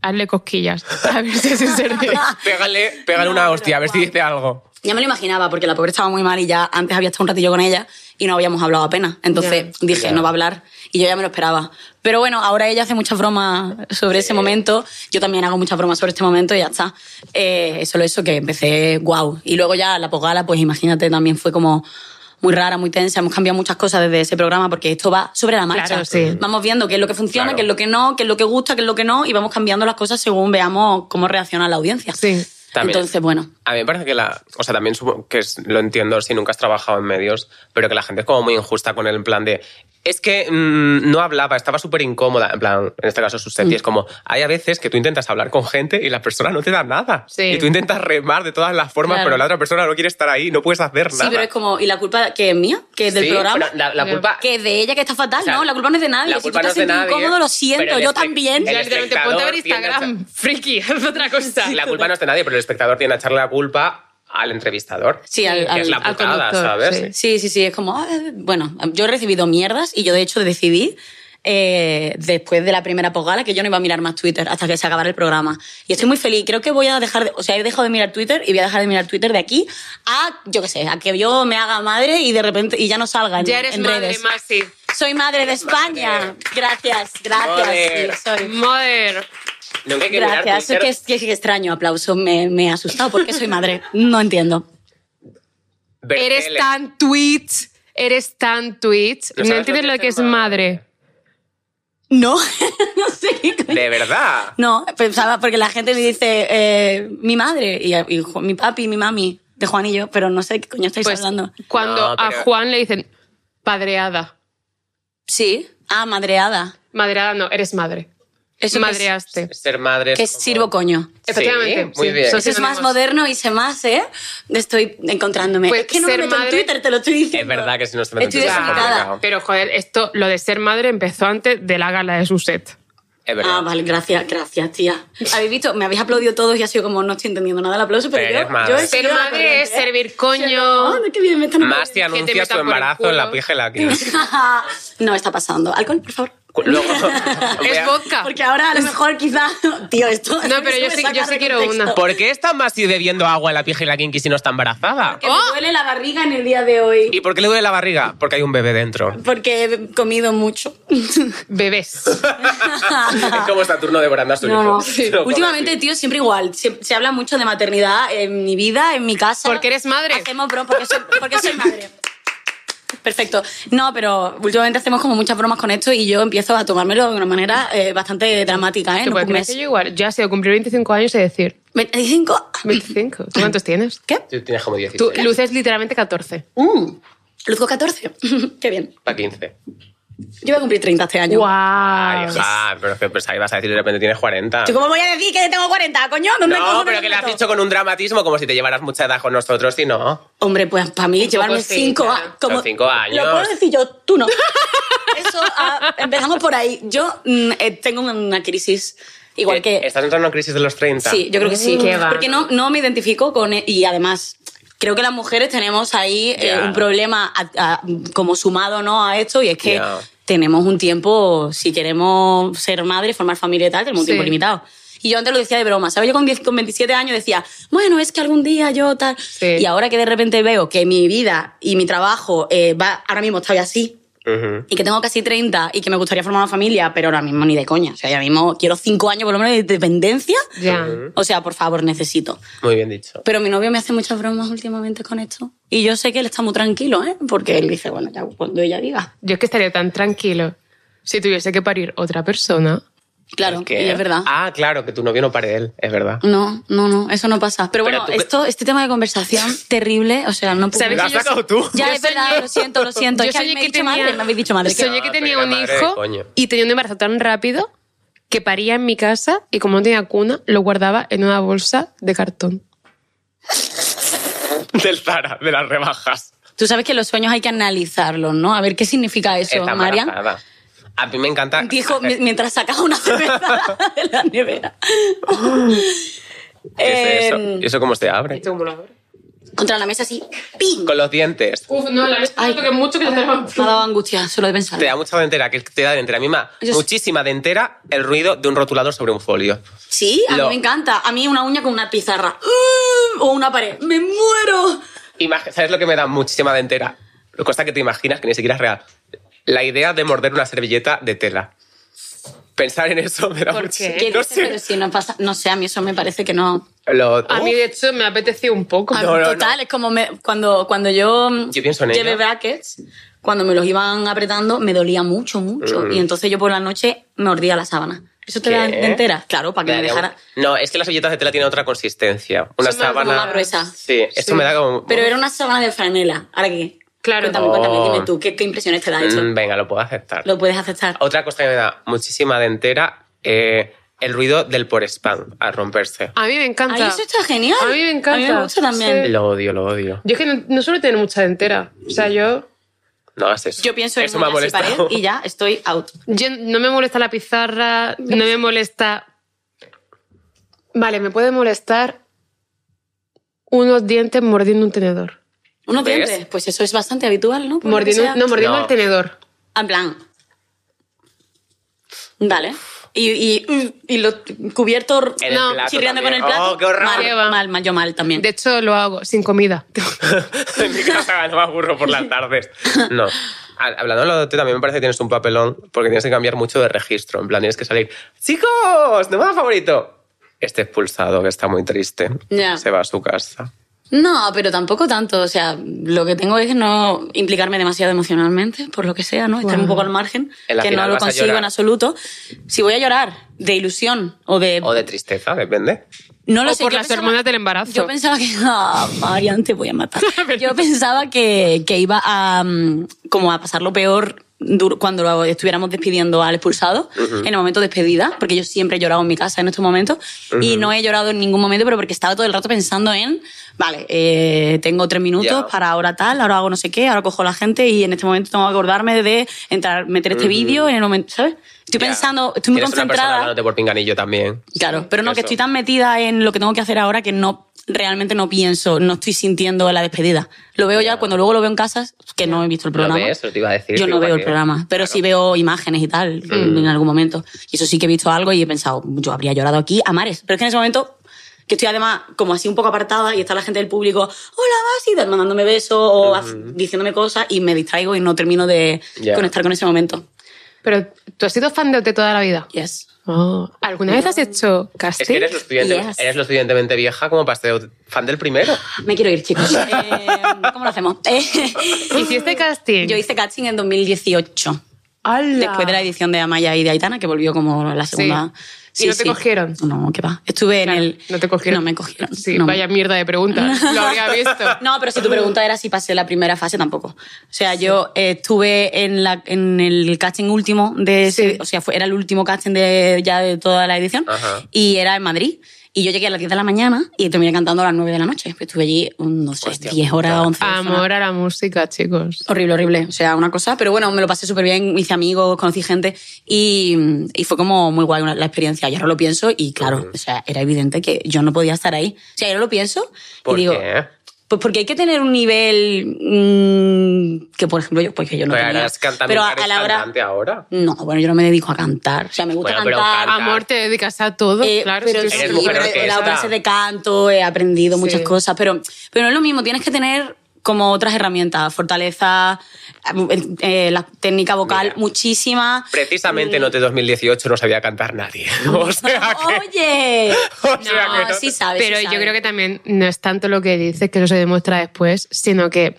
hazle cosquillas. *laughs* A ver si se servir.
Pégale, pégale una hostia, a ver si dice algo.
Ya me lo imaginaba, porque la pobre estaba muy mal y ya antes había estado un ratillo con ella y no habíamos hablado apenas. Entonces
Ya.
dije,
Ya.
no va a hablar. Y yo ya me lo esperaba. Pero bueno, ahora ella hace muchas bromas sobre ese momento. Yo también hago muchas bromas sobre este momento y ya está. Eh, solo eso que empecé guau. Y luego ya la posgala, pues imagínate, también fue como muy rara, muy tensa. Hemos cambiado muchas cosas desde ese programa porque esto va sobre la marcha.
Claro, sí.
Vamos viendo qué es lo que funciona,
Claro.
qué es lo que no, qué es lo que gusta, qué es lo que no. Y vamos cambiando las cosas según veamos cómo reacciona la audiencia.
Sí.
También.
Entonces, bueno.
A mí me parece que la. O sea, también supongo que es- lo entiendo si nunca has trabajado en medios, pero que la gente es como muy injusta con el en plan de. Es que mm, no hablaba, estaba súper incómoda. En plan, en este caso, sus
Mm.
es como. Hay a veces que tú intentas hablar con gente y la persona no te da nada.
Sí.
Y tú intentas remar de todas las formas,
Claro.
pero la otra persona no quiere estar ahí, no puedes hacer nada.
Sí, pero es como, ¿y la culpa que es mía? ¿Que es del
Sí,
programa?
pero la, la
Ya.
culpa.
Que de ella que está fatal,
o sea,
no, la culpa no es de nadie.
la
Si tú
culpa
te
no
has
es de
sentido
nadie,
incómodo, lo
pero
siento,
el
yo
espe-
también.
el
Ya, literalmente, ponte a ver
espectador tiende a
Instagram, friki, *laughs* es otra cosa.
La culpa no es de nadie, pero el espectador tiene a echarle la culpa al entrevistador.
Sí, al-
Que
al-
es la
al
putada,
conductor,
¿sabes?
sí.
Sí, sí, sí, es como, ah, bueno, yo he recibido mierdas y yo de hecho decidí, eh, después de la primera posgala, que yo no iba a mirar más Twitter hasta que se acabara el programa. Y estoy muy feliz, creo que voy a dejar, de- o sea, he dejado de mirar Twitter y voy a dejar de mirar Twitter de aquí a, yo qué sé, a que yo me haga madre y de repente, y ya no salga en,
Ya eres
en
madre,
redes.
Masi.
Soy madre de España. Gracias,
Joder.
gracias. sí, soy.
Mother.
Nunca hay que mirar
Gracias,
Twitter.
es que, que- que extraño aplauso, me, me ha asustado porque soy madre, no entiendo.
Ver
Eres
tele.
tan tweet. Eres tan tweet. No,
No sabes lo
entiendes
que
lo
es
que es
ser
madre.
No, *laughs* no sé qué coño.
De verdad.
No, pensaba porque la gente me dice eh, mi madre y, y Ju- mi papi, mi mami de Juan y yo, pero no sé qué coño estáis
Pues
hablando.
cuando
No,
a
pero-
Juan le dicen padreada.
Sí, ah, madreada.
Madreada no, eres madre.
Eso que es-
Madreaste.
Ser madre. es
Que
como-
sirvo coño.
Efectivamente,
muy
sí.
bien.
Sos-
Eso es más
sinónimos.
moderno y sé más, ¿eh? Estoy encontrándome.
Pues
es que no me
ser
meto en
madre-
Twitter, te lo estoy diciendo.
Es verdad que si no se mete en
Estoy
Twitter
es
desubicada.
complicado.
Pero joder, esto, lo de ser madre empezó antes de la gala de su set.
Es verdad.
Ah, vale, gracias, gracias, tía. ¿Habéis visto? Me habéis aplaudido todos y ha sido como no estoy entendiendo nada el aplauso, pero,
Pero
yo,
eres madre.
yo he
Ser
seguido la
madre es
corriente, ¿eh?
servir coño.
No, no, qué bien, me están
Más te
te
anuncia
metan
su
por el
embarazo en la
culo.
pija y la
*laughs*
cría.
No, está pasando. Alcohol, por favor.
Luego. *laughs*
Es vodka.
Porque ahora a lo mejor quizá... *laughs* Tío, esto...
No, pero yo
me
sí-
saca
yo sí
de
quiero
contexto.
una.
¿Por qué está Masi bebiendo agua en la pija y la kinky si no está embarazada?
Que
Oh.
me duele la barriga en el día de hoy.
¿Y por qué le duele la barriga? Porque hay un bebé
*laughs*
dentro.
Porque he comido
*laughs*
mucho.
Bebés.
es como Saturno devorando a su
No,
hijo. *laughs*
no. Últimamente, tío, siempre igual. Se, se habla mucho de maternidad en mi vida, en mi casa.
Porque eres madre.
Hacemos bromas porque soy, porque soy madre. Perfecto. No, pero últimamente hacemos como muchas bromas con esto y yo empiezo a tomármelo de una manera eh, bastante dramática, ¿eh?
¿Te
No
puedes creer
pugnes.
que yo igual? Yo ha sido cumplir 25 años y decir,
25.
25. ¿Tú cuántos tienes?
¿Qué?
Tú tienes como 16.
Tú luces literalmente 14.
Mm, Luzco 14. *laughs* Qué bien.
Para 15.
Yo voy a cumplir 30 este año.
Ay,
¡Guau!
hija, pero que pues ahí vas a decir de repente tienes 40.
¿Yo cómo voy a decir que tengo 40, coño? ¿Dónde cojo
No,
me
pero
lo
que le has
meto?
dicho con un dramatismo como si te llevaras mucha edad con nosotros y no.
Hombre, pues para mí llevarme
sí,
cinco,
claro.
a- como,
Son cinco años.
Lo puedo decir yo,
*laughs*
tú no. Eso, ah, empezamos por ahí. Yo mm, eh, tengo una crisis igual
Eh,
que...
Estás entrando en crisis de los 30.
Sí, yo creo que sí.
Qué va.
Porque no, no me identifico con... e- Y además, creo que las mujeres tenemos ahí eh,
Ya.
un problema a- a- como sumado ¿no? a esto y es que
Ya.
tenemos un tiempo, si queremos ser madre, formar familia y tal, tenemos un
Sí.
tiempo limitado. Y yo antes lo decía de broma, ¿sabes? Yo con, 10, con 27 años decía, bueno, es que algún día yo tal...
Sí.
Y ahora que de repente veo que mi vida y mi trabajo eh, va ahora mismo está así,
Ujú.
y que tengo casi 30 y que me gustaría formar una familia, pero ahora mismo ni de coña. O sea, ahora mismo quiero 5 años por lo menos de independencia.
Ya.
O sea, por favor, necesito.
Muy bien dicho.
Pero mi novio me hace muchas bromas últimamente con esto. Y yo sé que él está muy tranquilo, ¿eh? Porque él dice, bueno, ya cuando ella diga.
Yo es que estaría tan tranquilo si tuviese que parir otra persona.
Claro,
¿Qué?
y es verdad.
Ah, claro, que tu novio no pare de él, es verdad.
No, no, no, eso no pasa. Pero,
Pero
bueno,
tú que-
esto, este tema de conversación terrible, o sea, no puedo...
¿Sabes
¿Lo has
que yo-
sacado tú?
Ya, es verdad, lo siento, lo siento.
Yo
Es que a mí
soñé
me
que
he dicho
tenía-
madre, me habéis dicho madre.
Soñé
No,
que
pero
tenía
era
un
Ah, madre de
hijo
coño.
y tenía un embarazo tan rápido que paría en mi casa y como no tenía cuna, lo guardaba en una bolsa de cartón.
Del Zara, de las rebajas.
Tú sabes que los sueños hay que analizarlos, ¿no? A ver, ¿qué significa eso,
Está
Marian?
embarazada. A mí me encanta.
Dijo
hacer-
mi- mientras sacaba una cerveza de la nevera.
¿Qué es eso?
Em,
¿Y eso cómo se abre?
Contra la mesa así. ¡Pim!
Con los dientes.
Uf, no, la vez
Ay.
que mucho que
Me ha dado angustia solo de pensar.
Te da mucha dentera, que te da dentera. A mí me da
Yo sé.
muchísima dentera el ruido de un rotulador sobre un folio.
Sí, a
Lo-
mí me encanta. A mí una uña con una pizarra. ¡Uh! O una pared. ¡Me muero!
Imag- ¿Sabes lo que me da muchísima dentera? Cosa que te imaginas que ni siquiera es real. La idea de morder una servilleta de tela. Pensar en eso me da
¿Por
muchísima-
qué?
¿Qué
*laughs* No
dices? Pero
sé.
si no pasa... No sé, a mí eso me parece que no...
Lo-
A mí, de hecho, me apetecía un poco.
A-
No, no,
total, es como me- cuando, cuando yo, mm,
Yo pienso en
llevé
ello.
brackets, cuando me los iban apretando, me dolía mucho, mucho. Y entonces yo por la noche me mordía la sábana. ¿Eso te da
Mm. ¿Qué?
entera? Claro, para que me
Dale,
dejara...
No, es que las servilletas de tela tienen otra consistencia. Una
Son más como
sábana.
más gruesas.
Sí, esto
Sí.
me da como.
Pero era una sábana de franela. ¿Ahora qué?
Claro.
Cuéntame,
Oh.
cuéntame, dime tú, ¿qué, qué impresiones te da eso?
Mm, venga, lo puedo aceptar.
¿Lo puedes aceptar?
Otra cosa que me da muchísima dentera, eh, el ruido del por spam al romperse.
A mí me encanta.
Ay, eso está genial.
A mí me encanta.
A mí me gusta también.
Sí.
Lo odio, lo odio.
Yo es que no, no suelo tener mucha entera. O sea, yo,
No hagas eso.
Yo pienso en
eso me ha
uñas y pared
molestado.
y ya estoy out.
yo- no me molesta la pizarra, no me molesta. Vale, me puede molestar unos dientes mordiendo un tenedor.
¿Unos
¿Ves?
dientes? Pues eso es bastante habitual, ¿no? Por lo que
Mordiendo,
sea.
no, mordiendo
No.
el tenedor.
En plan. Vale. Y, y, y los cubiertos
En el
No,
plato
chirriando con el
también.
plato.
Oh, qué horror.
Qué
mal,
va.
mal, mal, yo mal también.
De hecho, lo hago sin comida.
*laughs* en mi casa no me aburro por las tardes. No. Ha- Hablando de lo de ti, también me parece que tienes un papelón porque tienes que cambiar mucho de registro. En plan, tienes que salir. ¡Chicos! ¡Nuevo favorito! Este expulsado que está muy triste.
Ya.
Se va a su casa.
No, pero tampoco tanto. O sea, lo que tengo es no implicarme demasiado emocionalmente, por lo que sea, ¿no? Estar
Wow.
un poco al margen,
En la
que no
final
lo
vas a
consigo en
llorar.
absoluto. Si voy a llorar de ilusión o de...
O de tristeza, depende.
no lo
o
sé,
por
yo
las
pensaba-
hormonas del embarazo.
Yo pensaba que... *laughs* Ah, Marian, te voy
*laughs*
a matar. Yo pensaba que, que iba a... mm, como a pasar lo peor duro- cuando lo estuviéramos despidiendo al expulsado, en el momento de despedida, porque yo siempre he llorado en mi casa en estos momentos, y no he llorado en ningún momento, pero porque estaba todo el rato pensando en, vale, eh, tengo tres minutos
Ya.
para ahora tal, ahora hago no sé qué, ahora cojo a la gente y en este momento tengo que acordarme de entrar, meter este vídeo en el momento, ¿sabes? Estoy
Ya.
pensando, estoy muy
Eres una persona
concentrada.
hablándote por pinganillo también.
Claro, pero no, que
Eso.
estoy tan metida en lo que tengo que hacer ahora que no realmente no pienso, no estoy sintiendo la despedida. Lo veo ya cuando luego lo veo en casas, que no he visto el programa.
¿Lo ves? Eso te iba a decir.
Yo no
igual
veo el
que- Mm.
programa, pero sí veo imágenes y tal en algún momento. Y eso sí que he visto algo y he pensado, yo habría llorado aquí a mares. Pero es que en ese momento, que estoy además como así un poco apartada y está la gente del público, hola, vas y tal, mandándome besos o haz- diciéndome cosas y me distraigo y no termino de
Ya.
conectar con ese momento.
Pero tú has sido fan de OT toda la vida.
Yes.
Oh, ¿Alguna vez has hecho casting?
Es que eres lo, suficientemente-
Yes.
eres lo suficientemente vieja como para ser fan del primero.
Me quiero ir,
*laughs*
chicos. Eh, ¿Cómo lo hacemos? *laughs* Eh,
¿Hiciste casting?
Yo hice casting en 2018,
¡Hala!
después de la edición de Amaya y de Aitana, que volvió como la segunda.
¿Y no te cogieron?
No, ¿qué va? Estuve
Claro,
en el...
No te cogieron.
No me cogieron.
Sí,
no.
vaya mierda de pregunta.
*laughs*
Lo habría visto.
No, pero si tu pregunta era si pasé la primera fase, tampoco. O sea, yo eh, estuve en, la, en el casting último de ese,
Sí.
o sea, fue, era el último casting de, ya de toda la edición
Ajá.
y era en Madrid. Y yo llegué a las 10 de la mañana y terminé cantando a las 9 de la noche. Pues estuve allí, un, no sé,
Hostia
10 horas,
puta.
11 horas.
Amor a la música, chicos.
Horrible, horrible. O sea, una cosa, pero bueno, me lo pasé súper bien, hice amigos, conocí gente y, y fue como muy guay una- la experiencia. Y ahora lo pienso y claro, o sea, era evidente que yo no podía estar ahí. O sea, ahora lo pienso y
¿Por
digo,
qué?
pues porque hay que tener un nivel mm, que, por ejemplo, yo, pues que yo no
pero
tenía.
eres cantante,
Pero a,
eres
a la hora...
cantante ahora.
No, bueno, yo no me dedico a cantar. O sea, me gusta
Bueno, pero
cantar.
canta.
Amor, te dedicas a todo,
Eh,
claro.
pero
si
sí,
tú-
Eres
pero
mujer
he dado
orquesta.
clases de canto, he aprendido
Sí.
muchas cosas, pero, pero no es lo mismo, tienes que tener como otras herramientas, fortaleza, eh, eh, la técnica vocal,
Mira. *laughs*
muchísima.
Precisamente
Mm.
en OT 2018 no sabía cantar nadie. *laughs* o sea que...
Oye,
o sea que
no, sí sabes.
Pero
sí
yo
sabes.
creo que también no es tanto lo que dices, que eso se demuestra después, sino que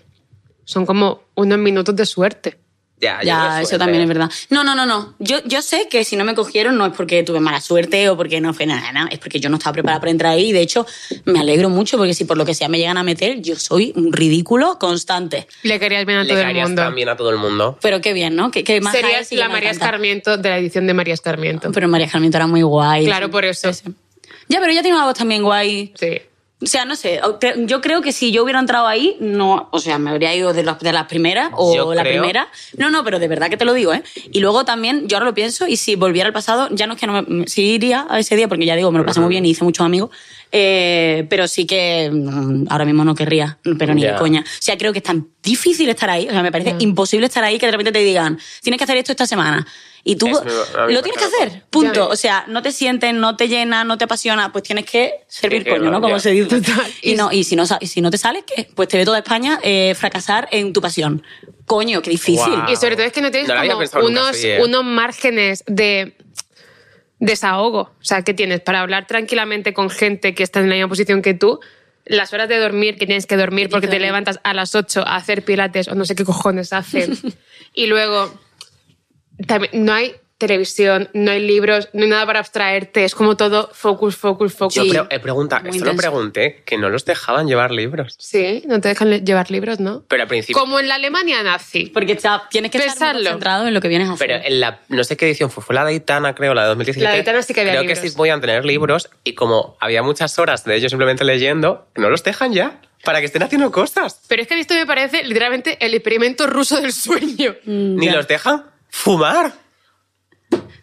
son como unos minutos de suerte.
Ya, yo no
Ya,
soy,
eso también
¿eh?
es verdad. No, no, no, no. Yo, yo sé que si no me cogieron no es porque tuve mala suerte o porque no fue nada, nada. Es porque yo no estaba preparada para entrar ahí. Y de hecho, me alegro mucho porque si por lo que sea me llegan a meter, yo soy un ridículo constante.
Le querías bien a
Le
todo el
caerías
mundo.
también a todo el mundo.
Pero qué bien, ¿no? Que, que más
Serías
si
la
me
María
encanta.
Escarmiento de la edición de María Escarmiento.
Pero María Escarmiento era muy guay.
Claro, pues. por eso.
Ya, pero ella tiene una voz también guay.
Sí.
O sea, no sé. o te- Yo creo que si yo hubiera entrado ahí, no. O sea, me habría ido de las, de las primeras o
Yo
la
creo-
primera. No, no, pero de verdad que te lo digo, ¿eh? Y luego también, yo ahora lo pienso, y si volviera al pasado, ya no es que no me. Sí iría a ese día, porque ya digo, me lo pasé muy bien y hice muchos amigos. eh, pero sí que mm, ahora mismo no querría, pero ni de
Ya.
coña. O sea, creo que es tan difícil estar ahí. O sea, me parece
Ya.
imposible estar ahí que de repente te digan, tienes que hacer esto esta semana. Y tú
Es muy- a mí
lo
me
tienes que
pasa lo
hacer,
mismo.
punto.
Ya.
O sea, no te sientes, no te llena, no te apasiona, pues tienes que servir
Sí, que
coño, pues, ¿no?
va,
Como
ya.
se dice.
Total.
Y, no, y, si no, sa- y si no te sales, ¿qué? Pues te ve toda España eh, fracasar en tu pasión. Coño, qué difícil.
Guau.
Y sobre todo es que no tienes
No lo había
como
pensado nunca,
unos,
sí, eh.
unos márgenes de desahogo. O sea, que tienes para hablar tranquilamente con gente que está en la misma posición que tú, las horas de dormir que tienes que dormir porque te
dormir.
levantas a las 8 a hacer pilates o no sé qué cojones *laughs* hacen. y luego, también, no hay televisión, no hay libros, no hay nada para abstraerte. Es como todo focus, focus, focus.
Yo
Sí.
pre- eh, pregunta,
Muy
esto lo
intenso.
pregunté, que no los dejaban llevar libros.
Sí, no te dejan le- llevar libros, ¿no?
Pero al principio...
Como en la Alemania nazi.
Porque está- tienes que estar muy
Pensadlo.
concentrado en lo que vienes a hacer.
Pero en la, no sé qué edición fue, fue la de Aitana, creo, la de 2017.
La de Aitana sí que había
Creo
libros.
que sí podían tener libros y como había muchas horas de ellos simplemente leyendo, no los dejan ya para que estén haciendo cosas.
Pero es que esto me parece literalmente el experimento ruso del sueño.
Ni los dejan fumar.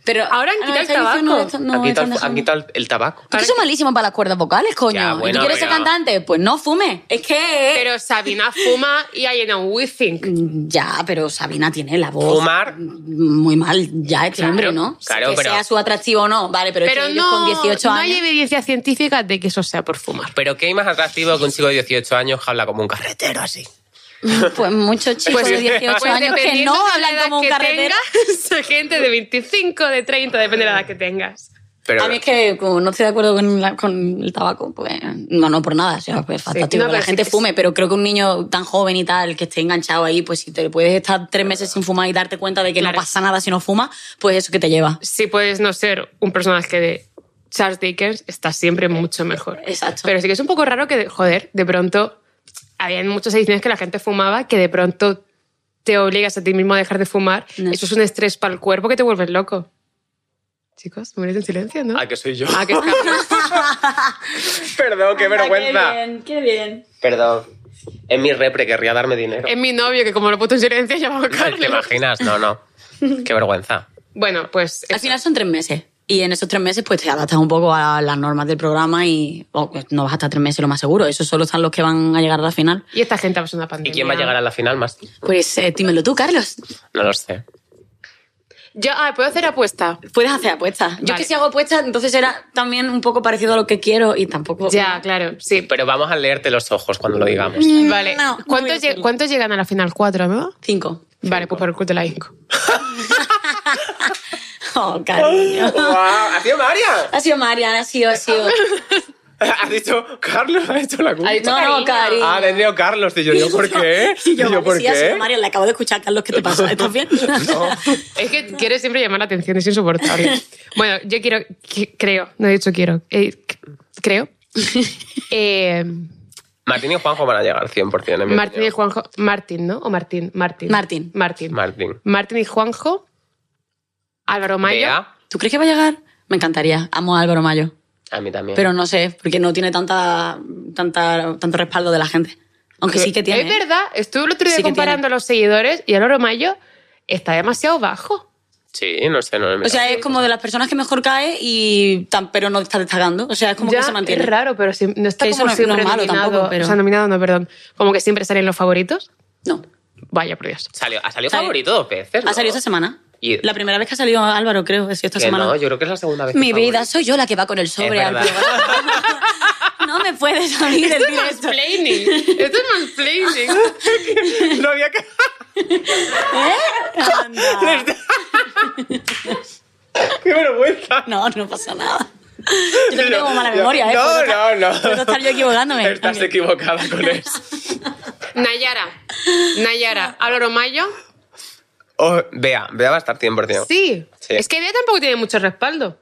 Pero
Ahora han
Ah,
quitado el
esta edición
tabaco.
No, esta-
han
no, esta
quitado, el,
no
fu- han
son-
quitado el, el tabaco.
Es que eso es malísimo para las cuerdas vocales, coño.
Ya,
¿Y tú
bueno,
quieres ser
pero-
cantante? Pues no fumes. Es que...
Pero Sabina fuma y hay en un think.
mm, Ya, pero Sabina tiene la voz
Fumar.
muy mal ya este
Claro,
hombre, ¿no?
claro,
que
pero-
sea su atractivo o no, vale, pero, es
Pero
que ellos
no,
con 18
no
años...
hay evidencia científica de que eso sea por fumar.
Pero ¿qué hay más atractivo que un chico de 18 años que habla como un carretero así?
*laughs* Pues muchos chicos de 18
Pues
años que
dependiendo
no
de la
hablan
edad
como un
que
carretero.
tengas, *laughs* gente de 25, de 30, depende de la edad que tengas.
Pero
A mí es que como no estoy de acuerdo con, la- con el tabaco, pues no, no por nada, o sea, pues fantástico
no,
que
pero
la
sí
gente
que sí.
fume, pero creo que un niño tan joven y tal, que esté enganchado ahí, pues si te puedes estar tres meses sin fumar y darte cuenta de que
Claro.
no pasa nada si no fumas, pues eso que te lleva.
Si puedes no ser un personaje de Charles Dickens, está siempre mucho mejor.
Exacto.
Pero sí que es un poco raro que, joder, de pronto habían muchas ediciones que la gente fumaba que de pronto te obligas a ti mismo a dejar de fumar.
No.
Eso es un estrés para el cuerpo que te vuelves loco. Chicos, morís en silencio, ¿no?
¿A que soy yo?
Ah, que está-
*laughs* Perdón, qué vergüenza.
bien, qué bien.
Perdón. En mi repre querría
*laughs*
darme dinero.
Es mi novio que como lo puto en silencio ya va a
¿Te imaginas? No, no. Qué vergüenza.
Bueno, pues
Al final son tres meses. Y en esos tres meses, pues te adaptas un poco a las normas del programa y oh, pues, no vas a estar tres meses, lo más seguro. Eso solo están los que van a llegar a la final.
y esta gente va a ser una
¿Y
pandemia.
quién va a llegar a la final más?
Pues eh, dímelo tú, Carlos.
No lo sé.
Yo, ah, puedo hacer apuesta.
Puedes hacer apuestas. Yo
Vale.
que si hago apuestas, entonces era también un poco parecido a lo que quiero y tampoco.
Ya, claro, sí.
Pero vamos a leerte los ojos cuando lo digamos.
Vale.
no, no voy a
¿Cuántos, lle-
hacerlo.
cuántos llegan a la final? Cuatro, ¿no?
Cinco.
Vale, pues por el culo te la hinco.
*laughs* Oh, cariño.
¡Guau! ¡Ha sido María!
Ha sido Mariana, ha sido, ha sido.
Ha dicho Carlos, ha hecho la culpa.
Ha dicho
No, no,
cariño.
cariño.
Ah, le dio Carlos. Y yo digo, ¿por qué?
Y *laughs* yo,
¿por
sí, ha sido
qué?
Mariana, le acabo de escuchar, Carlos,
*laughs*
¿qué te pasa? ¿Estás bien? *laughs*
Es que quiere siempre llamar la atención, es insoportable. Bueno, yo quiero, que- creo, no he dicho quiero, eh, c- creo. Eh,
Martín y Juanjo van a llegar 100% en mi
Martín y
opinión.
Juanjo. Martín, ¿no? O Martín. Martín.
Martín.
Martín.
Martín.
Martín y Juanjo. Álvaro Mayo.
Bea,
¿Tú crees que va a llegar? Me encantaría. Amo a Álvaro Mayo.
a mí también.
Pero no sé, porque no tiene tanta, tanta, tanto respaldo de la gente. Aunque sí que tiene. ¿eh?
Es verdad, estuve el otro día
Sí que
comparando los seguidores y Álvaro Mayo está demasiado bajo.
Sí, no sé, no lo he
O sea,
mirado.
es como de las personas que mejor cae, y tan, pero no está destacando. O sea, es como
Ya,
que se mantiene.
Es raro, pero si- no está
Que eso
como
no- no
siempre
es malo
nominado.
tampoco, pero-
O sea, nominado no, perdón. Como que siempre salen los favoritos.
No.
Vaya por Dios.
Salió, ha salido
Sale-
favorito dos veces.
Ha
¿no?
salido esta semana.
Y-
La primera vez que ha salido Álvaro, creo, ha sido esta
Que
semana.
no, yo creo que es la segunda vez. que
Mi vida,
favorito.
soy yo la que va con el
Es
sobre al
verdad.
programa. No me puedes salir del directo.
mansplaining. *laughs* Esto es mansplaining.
*laughs* No había que.
Anda.
¡Qué vergüenza!
No, no pasa nada. Yo también
Pero-
tengo mala
yo-
memoria, ¿eh?
no,
Puedo estar-
no, no.
Puedo estar yo
*laughs*
equivocándome.
Estás
también.
equivocada con eso.
Nayara. Nayara. Álvaro Mayo.
*laughs* Oh, Bea, Bea va a estar 100%.
Sí.
Sí.
Es que Bea tampoco tiene mucho respaldo.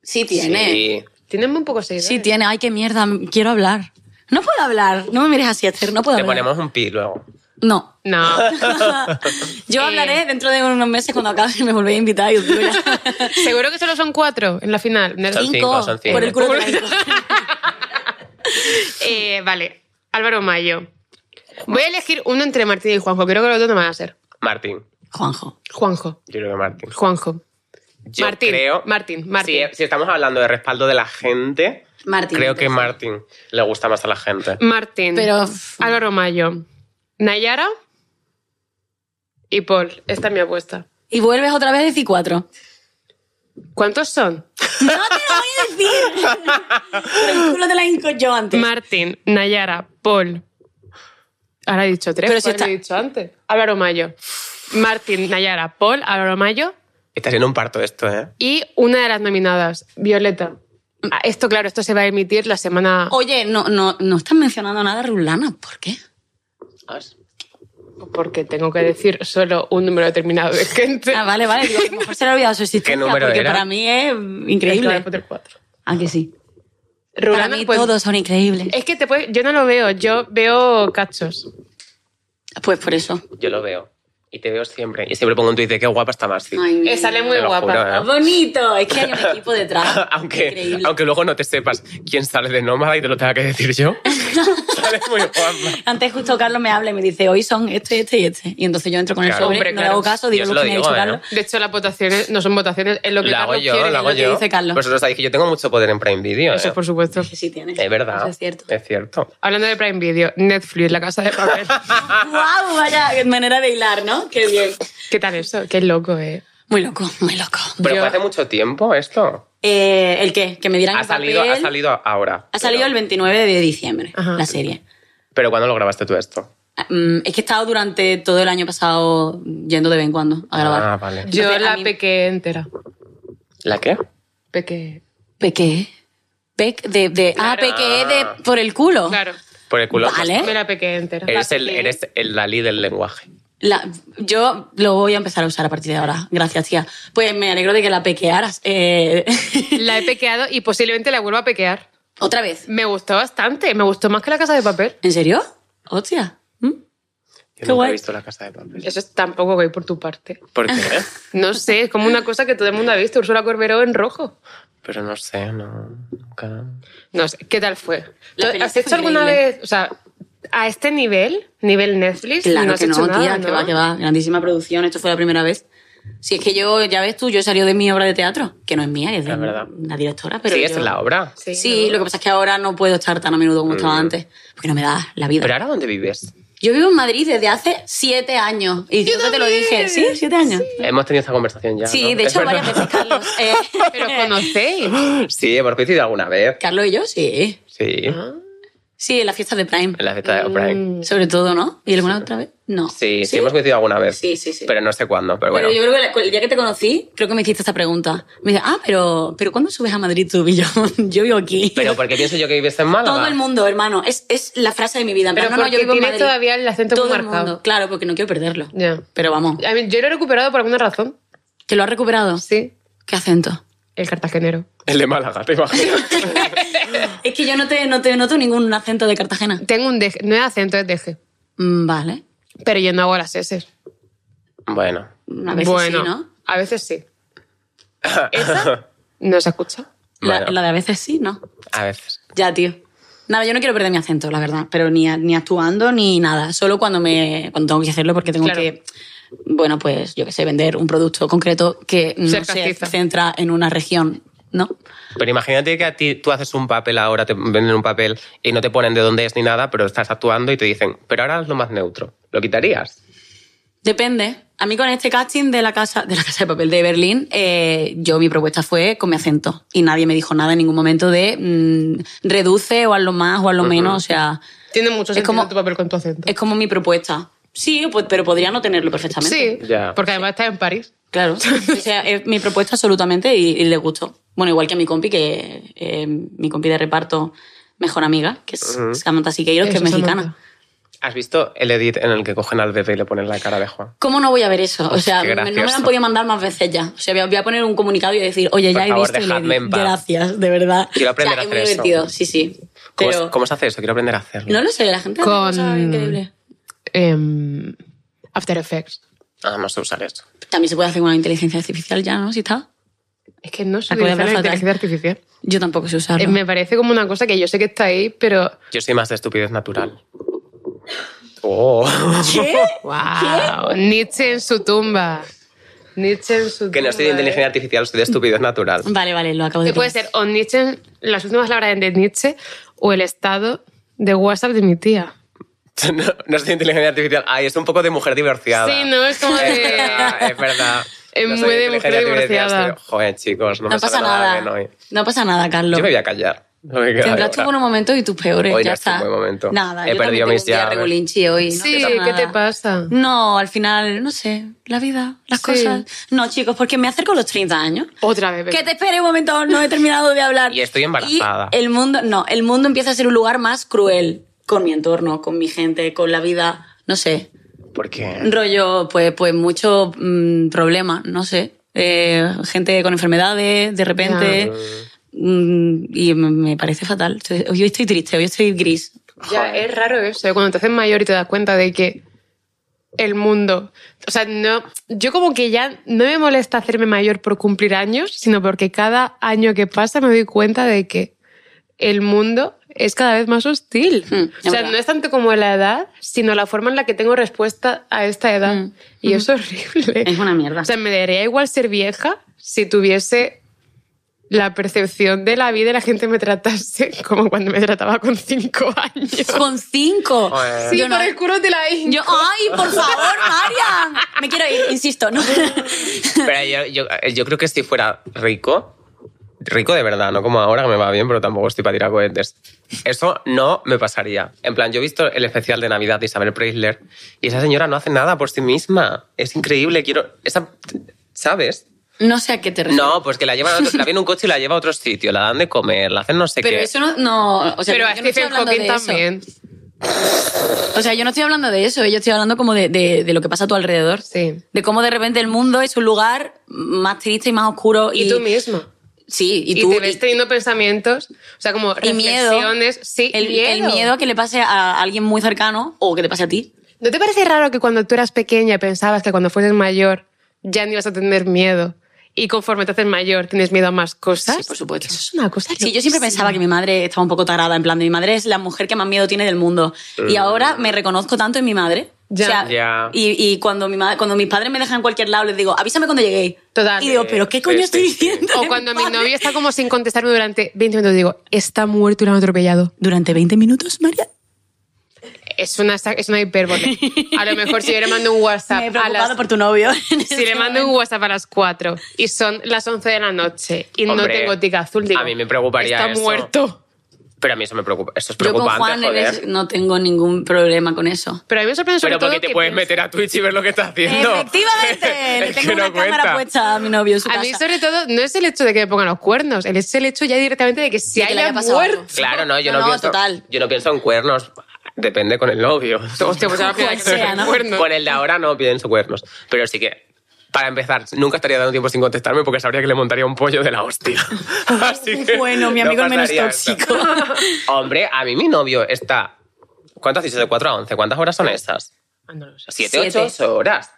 Sí tiene.
Sí.
Tiene muy pocos seguidores.
Sí tiene. Ay, qué mierda. Quiero hablar. No puedo hablar. No me mires así, Esther. No puedo
Te
hablar.
ponemos un pi luego.
No.
No.
Yo
Eh.
hablaré dentro de unos meses cuando acabe *laughs* y me volvéis a invitar. Y os digo ya.
Seguro que solo son cuatro en la final.
Son cinco, son cinco.
Por el culo te caigo.
*laughs*
Eh, vale. Álvaro Mayo. Voy a elegir uno entre Martín y Juanjo. Creo que los dos no van a ser.
Martín.
Juanjo.
Juanjo.
Yo creo que Martín.
Juanjo.
Yo
Martín,
creo.
Martín, Martín.
Si, si estamos hablando de respaldo de la gente,
Martín, Mm.
creo que
entonces.
Martín le gusta más a la gente.
Martín.
Pero-
Álvaro Mayo. Nayara. Y Paul. Esta es mi apuesta.
Y vuelves otra vez a decir cuatro.
¿Cuántos son?
No te lo voy a decir.
*laughs*
Por el culo te la hinco yo antes.
Martín, Nayara, Paul. Ahora he dicho tres.
Pero si
¿cuál
está-
he dicho antes? Álvaro Mayo. Martín, Nayara, Paul, Álvaro Mayo.
Está siendo un parto esto, ¿eh?
Y una de las nominadas, Violeta. Ah, Esto, claro, esto se va a emitir la semana.
Oye, no, no, no estás mencionando nada de Rulana. ¿Por qué?
Porque tengo que decir solo un número determinado de gente.
Ah, vale, vale. Digo, a lo mejor se le ha olvidado su existencia.
número
porque
era? pues,
para mí es
Claro,
increíble.
puede ser cuatro.
Ah, que sí.
Rulana,
para mí
pues,
todos son increíbles.
Eh,
Es que te puedes- yo no lo veo, yo veo cachos.
Pues por eso.
Yo lo veo. Y te veo siempre. Y siempre pongo un tuit de qué guapa está Marci.
Eh, sale muy
Te lo
guapa.
juro, ¿eh?
Bonito. Es que hay un equipo detrás.
*laughs* *laughs* aunque,
Increíble.
aunque luego no te sepas quién sale de nómada y te lo tenga que decir
*laughs*
yo. sale muy guapa.
Antes justo Carlos me habla y me dice, hoy son este, este y este. Y entonces yo entro con
Claro.
el sobre,
Hombre,
no
claro.
le hago caso, digo
Yo se
lo
lo
que me ha
digo,
dicho
¿eh?
Carlos.
De hecho, las votaciones no son votaciones, es lo que
La hago
Carlos
yo,
quiere.
la hago
lo que
yo.
dice Carlos.
Vosotros sabéis que yo tengo mucho poder en Prime Video.
Eso,
¿eh?
por supuesto.
Que sí tiene.
Es verdad.
Eso
*laughs*
es cierto.
Es cierto.
Hablando de Prime Video, Netflix, la casa de papel.
¡Guau! Vaya manera de hilar, ¿no? Qué bien.
¿Qué tal eso? Qué loco, eh.
Muy loco, muy loco.
Pero
Yo-
fue hace mucho tiempo esto.
Eh, ¿El qué? Que me dirán
Ha
que
salido,
papel-
ha salido ahora.
Ha salido el 29 de diciembre
Ajá.
la serie.
Pero ¿cuándo lo grabaste tú esto?
Ah, mm, Es que he estado durante todo el año pasado yendo de vez en cuando a grabar.
Ah, vale.
Yo
Entonces, a
la
mí-
pequé entera.
¿La qué?
Pequé.
¿Pequé? Pec de, de, Ah,
Claro.
pequé de por el culo.
Claro.
Por el culo.
Vale.
Me la pequé entera.
Eh.
Eres,
La
el,
pequé.
eres el Dalí del lenguaje.
La- yo lo voy a empezar a usar a partir de ahora. Gracias, tía. Pues me alegro de que la pequearas. Eh, *laughs*
La he pequeado y posiblemente la vuelva a pequear.
¿Otra vez?
Me gustó bastante. Me gustó más que la casa de papel.
¿En serio? Hostia. ¿Mm?
Yo
Qué
nunca
guay.
he visto la casa de papel.
Eso es tampoco gay por tu parte.
¿Por qué?
*laughs*
No sé, es como una cosa que todo el mundo ha visto. Úrsula Corberó en rojo.
Pero no sé, no. Nunca.
No sé, ¿qué tal fue?
La
¿Has
película
hecho
fue
alguna
increíble.
vez, o sea, a este nivel, nivel Netflix?
Claro
no has
que no,
hecho
tía.
nada,
Que
¿no?
va, que va. Grandísima producción. Esto fue la primera vez. Si es que yo, ya ves tú, yo he salido de mi obra de teatro, que no es mía, es de
Es verdad.
la directora, pero.
sí,
yo-
esta es la obra. Mm.
Sí,
Sí,
¿no?
lo que pasa es que ahora no puedo estar tan a menudo como estaba antes, porque no me da la vida.
¿Pero ahora dónde vives?
Yo vivo en Madrid desde hace siete años. Y yo creo que te lo dije. Sí, siete años.
Hemos tenido esta conversación ya.
Sí,
¿no?
de
Es
hecho,
verdad.
varias veces, Carlos. Eh,
*laughs* Pero conocéis.
*laughs* Sí, hemos coincidido alguna vez.
Carlos y yo, sí.
Sí.
Sí, en las fiestas de Prime.
En la fiesta de Oprah.
Sobre todo, ¿no? ¿Y alguna otra vez? No.
Mm. Sí, sí, hemos coincidido alguna vez.
Sí, sí, sí.
Pero no sé cuándo, pero bueno.
Pero yo creo que la- el día que te conocí, creo que me hiciste esta pregunta. Me dice, ah, pero, pero ¿cuándo subes a Madrid tú? Y yo, *laughs* yo vivo aquí.
Pero porque pienso yo que vives en Málaga.
*laughs* Todo el mundo, hermano. Es, es la frase de mi vida. En
Pero
plan, no, no, yo
porque
vivo en
tiene
Madrid.
todavía el acento
Todo
muy
el
marcado.
mundo. Claro, porque no quiero perderlo.
Ya.
Pero vamos,
A mí- yo lo he recuperado por alguna razón.
¿que lo has recuperado?
Sí,
*laughs*
¿Qué acento?
el cartagenero.
El de Málaga, te
*laughs*
imagino.
Es que yo no te, no te noto ningún acento de Cartagena.
Tengo un deje, no es acento, es deje.
Mm, Vale.
Pero yo no hago las S.
bueno.
A veces
bueno,
sí, ¿no?
a veces sí. ¿Esa? No se escucha.
La,
Bueno.
la de a veces sí, ¿no?
A veces.
Ya, tío. Nada, yo no quiero perder mi acento, la verdad, pero ni, a- ni actuando ni nada. Solo cuando me cuando tengo que hacerlo porque tengo
Claro.
que, bueno, pues yo qué sé, vender un producto concreto que no
Ser
se
castiza.
centra en una región, ¿no?
Pero imagínate que a ti tú haces un papel ahora, te venden un papel y no te ponen de dónde es ni nada, pero estás actuando y te dicen, pero ahora es lo más neutro. ¿Lo quitarías?
Depende. A mí con este casting de la casa de la casa de papel de Berlín, eh, yo mi propuesta fue con mi acento y nadie me dijo nada en ningún momento de mm, reduce o hazlo más o hazlo menos, o sea,
Tiene mucho sentido
como-
tu papel con tu acento.
es como mi propuesta. Sí, pues, pero podría no tenerlo perfectamente.
Sí,
Ya.
porque además estás en París.
Claro. *laughs* O sea, es mi propuesta absolutamente y, y le gustó. Bueno, igual que a mi compi, que eh, mi compi de reparto, mejor amiga, que es Samantha Siqueiros, que es
Eso, Samantha.
mexicana.
¿Has visto el edit en el que cogen al bebé y le ponen la cara de Juan?
¿Cómo no voy a ver eso? O
Pues
sea,
qué
me- no me lo han
gracioso.
podido mandar más veces ya. O sea, voy a, voy a poner un comunicado y decir, oye,
Por
ya he
favor,
visto el
dejadme
edit.
en paz.
Gracias, de verdad.
Quiero aprender
O sea,
a
es muy
hacer eso.
divertido, sí, sí.
¿Cómo,
Pero
es- cómo se hace eso? Quiero aprender a hacerlo.
no lo sé, la gente hace
Con-
cosas increíbles.
Em, After Effects.
Ah, no sé usar eso.
También se puede hacer con una inteligencia artificial ya, ¿no? Si está.
Es que no sé
Acabo de
utilizar la
hablar fatal.
inteligencia artificial.
Yo tampoco sé usarlo.
Eh,
*laughs*
me parece como una cosa que yo sé que está ahí, pero...
Yo soy más de estupidez natural. Oh.
¡Wow! Nietzsche en su tumba. Nietzsche en su tumba.
que no estoy de
¿eh?
inteligencia artificial, soy de estupidez natural.
Vale, vale, lo acabo de
Que puede
creer.
ser o Nietzsche, las últimas palabras de Nietzsche, o el estado de WhatsApp de mi tía.
*laughs* No, no soy de inteligencia artificial. Ay, es un poco de mujer divorciada.
Sí, no, es
*laughs*
como
Es
de-
verdad, es verdad.
Es
No soy
muy de
inteligencia
mujer
artificial,
divorciada.
estoy- Joder, chicos, no,
No
me
pasa
sale nada
nada.
bien hoy.
No pasa nada, Carlos.
Yo me voy a callar. No me queda
Tendrás
de
tus
otra.
buenos momentos y tus peores,
Hoy
ya
no es un
está.
buen momento.
Nada,
He
yo también
perdido
tengo
mis
un día
llaves.
regulinchi hoy. no
Sí,
pasa
¿qué te
nada.
pasa?
No, al final, no sé, la vida, las
Sí.
cosas. No, chicos, porque me acerco a los 30 años.
Otra vez.
Que te espere un momento, no he terminado de
*laughs*
hablar.
Y estoy embarazada.
Y el mundo, no, el mundo empieza a ser un lugar más cruel con mi entorno, con mi gente, con la vida, no sé.
¿Por
*laughs*
qué?
Rollo, pues, pues mucho mm, problema, no sé. Eh, gente con enfermedades, de repente. Mm, y me- me parece fatal. Estoy- Hoy estoy triste, hoy estoy gris.
Ya, es raro eso, ¿eh? cuando te haces mayor y te das cuenta de que el mundo... O sea, no, yo como que ya no me molesta hacerme mayor por cumplir años, sino porque cada año que pasa me doy cuenta de que el mundo es cada vez más hostil.
Mm, es
o sea,
verdad.
no es tanto como la edad, sino la forma en la que tengo respuesta a esta edad.
Mm,
Y eso es horrible.
Es una mierda.
O sea, me daría igual ser vieja si tuviese la percepción de la vida y la gente me tratase *laughs* como cuando me trataba con cinco
*laughs*
años.
Con cinco.
Joder.
Sí,
yo no- eh.
por el culo de la India.
Yo, ay, por favor, Marian. Me quiero ir, insisto, ¿no?
Pero yo, yo- yo creo que si fuera rico, rico de verdad, no como ahora que me va bien, pero tampoco estoy para tirar cohetes. Eso no me pasaría. En plan, yo he visto el especial de Navidad de Isabel Preisler y esa señora no hace nada por sí misma. Es increíble, quiero... Esa, ¿Sabes?
No sé a qué te refieres.
No, pues que la llevan a otro- la viene un coche y la lleva a otro sitio, la dan de comer, la hacen no sé
Pero
qué.
eso no, no, o sea,
pero
yo
a
no estoy
Stephen
hablando
Hawking
de eso.
también.
O sea, yo no estoy hablando de eso, yo estoy hablando como de, de- de lo que pasa a tu alrededor.
Sí.
De cómo de repente el mundo es un lugar más triste y más oscuro. Y,
Y tú misma.
Sí, y
Y,
tú.
te ves teniendo pensamientos, o sea, como
y miedo.
reflexiones. Sí,
el, el miedo que le pase a alguien muy cercano o que te pase a ti.
¿No te parece raro que cuando tú eras pequeña pensabas que cuando fueses mayor ya no ibas a tener miedo? Y conforme te haces mayor tienes miedo a más cosas.
Sí, por supuesto.
Eso es una cosa.
Sí, yo siempre
loquísima.
pensaba que mi madre estaba un poco tarada, en plan, de mi madre es la mujer que más miedo tiene del mundo. Y ahora me reconozco tanto en mi madre.
Ya.
O sea,
Mm. Ya.
Y, y cuando, mi ma- cuando mis padres me dejan en cualquier lado, les digo, avísame cuando lleguéis.
Total.
Y digo, ¿pero qué
Sí,
coño
sí, sí.
estoy diciendo? de
O
*laughs* mi
cuando mi
padre?".
novio está como sin contestarme durante 20 minutos, digo, está muerto y lo han atropellado.
Durante 20 minutos, María.
Es una, sa- es una hipérbole. A lo mejor si yo le mando un WhatsApp
*laughs* Me he
a
preocupado
las...
por tu novio. *laughs*
Si le mando un WhatsApp a las 4 y son las 11 de la noche y no
Hombre,
tengo tica azul, digo,
a mí me preocuparía
está
eso.
muerto.
Pero a mí eso me preocupa. Eso es
Yo con
preocupante,
Juan
joder.
eres- no tengo ningún problema con eso.
Pero a mí me sorprende sobre
Pero porque
todo
te
que
puedes
piense-
meter a Twitch y ver lo que está haciendo. *laughs*
Efectivamente, le
Es
tengo
que
una
no
cámara
cuenta.
puesta a mi novio en su
A
casa.
mí sobre todo no es el hecho de que me pongan los cuernos, el- es el hecho ya directamente de que se
que le
haya
haya pasado
muerto.
algo.
Claro, no, yo
No,
no,
no,
pienso.
total.
Yo no pienso en cuernos. Depende con el novio.
Hostia,
*laughs*
pues ahora piensa que
Cual
se *laughs*
sea, ¿no?
cuernos.
Con el de ahora no pienso cuernos. Pero sí que, para empezar, nunca estaría dando tiempo sin contestarme porque sabría que le montaría un pollo de la hostia. *laughs*
*laughs*
Así que
Bueno, mi amigo
no
es menos
pasaría esto.
tóxico.
*laughs*
*laughs*
Hombre, a mí mi novio está. ¿Cuánto has dicho? De 4 a 11. ¿Cuántas horas son esas?
Ah, no lo sé.
7,
Siete.
8, horas.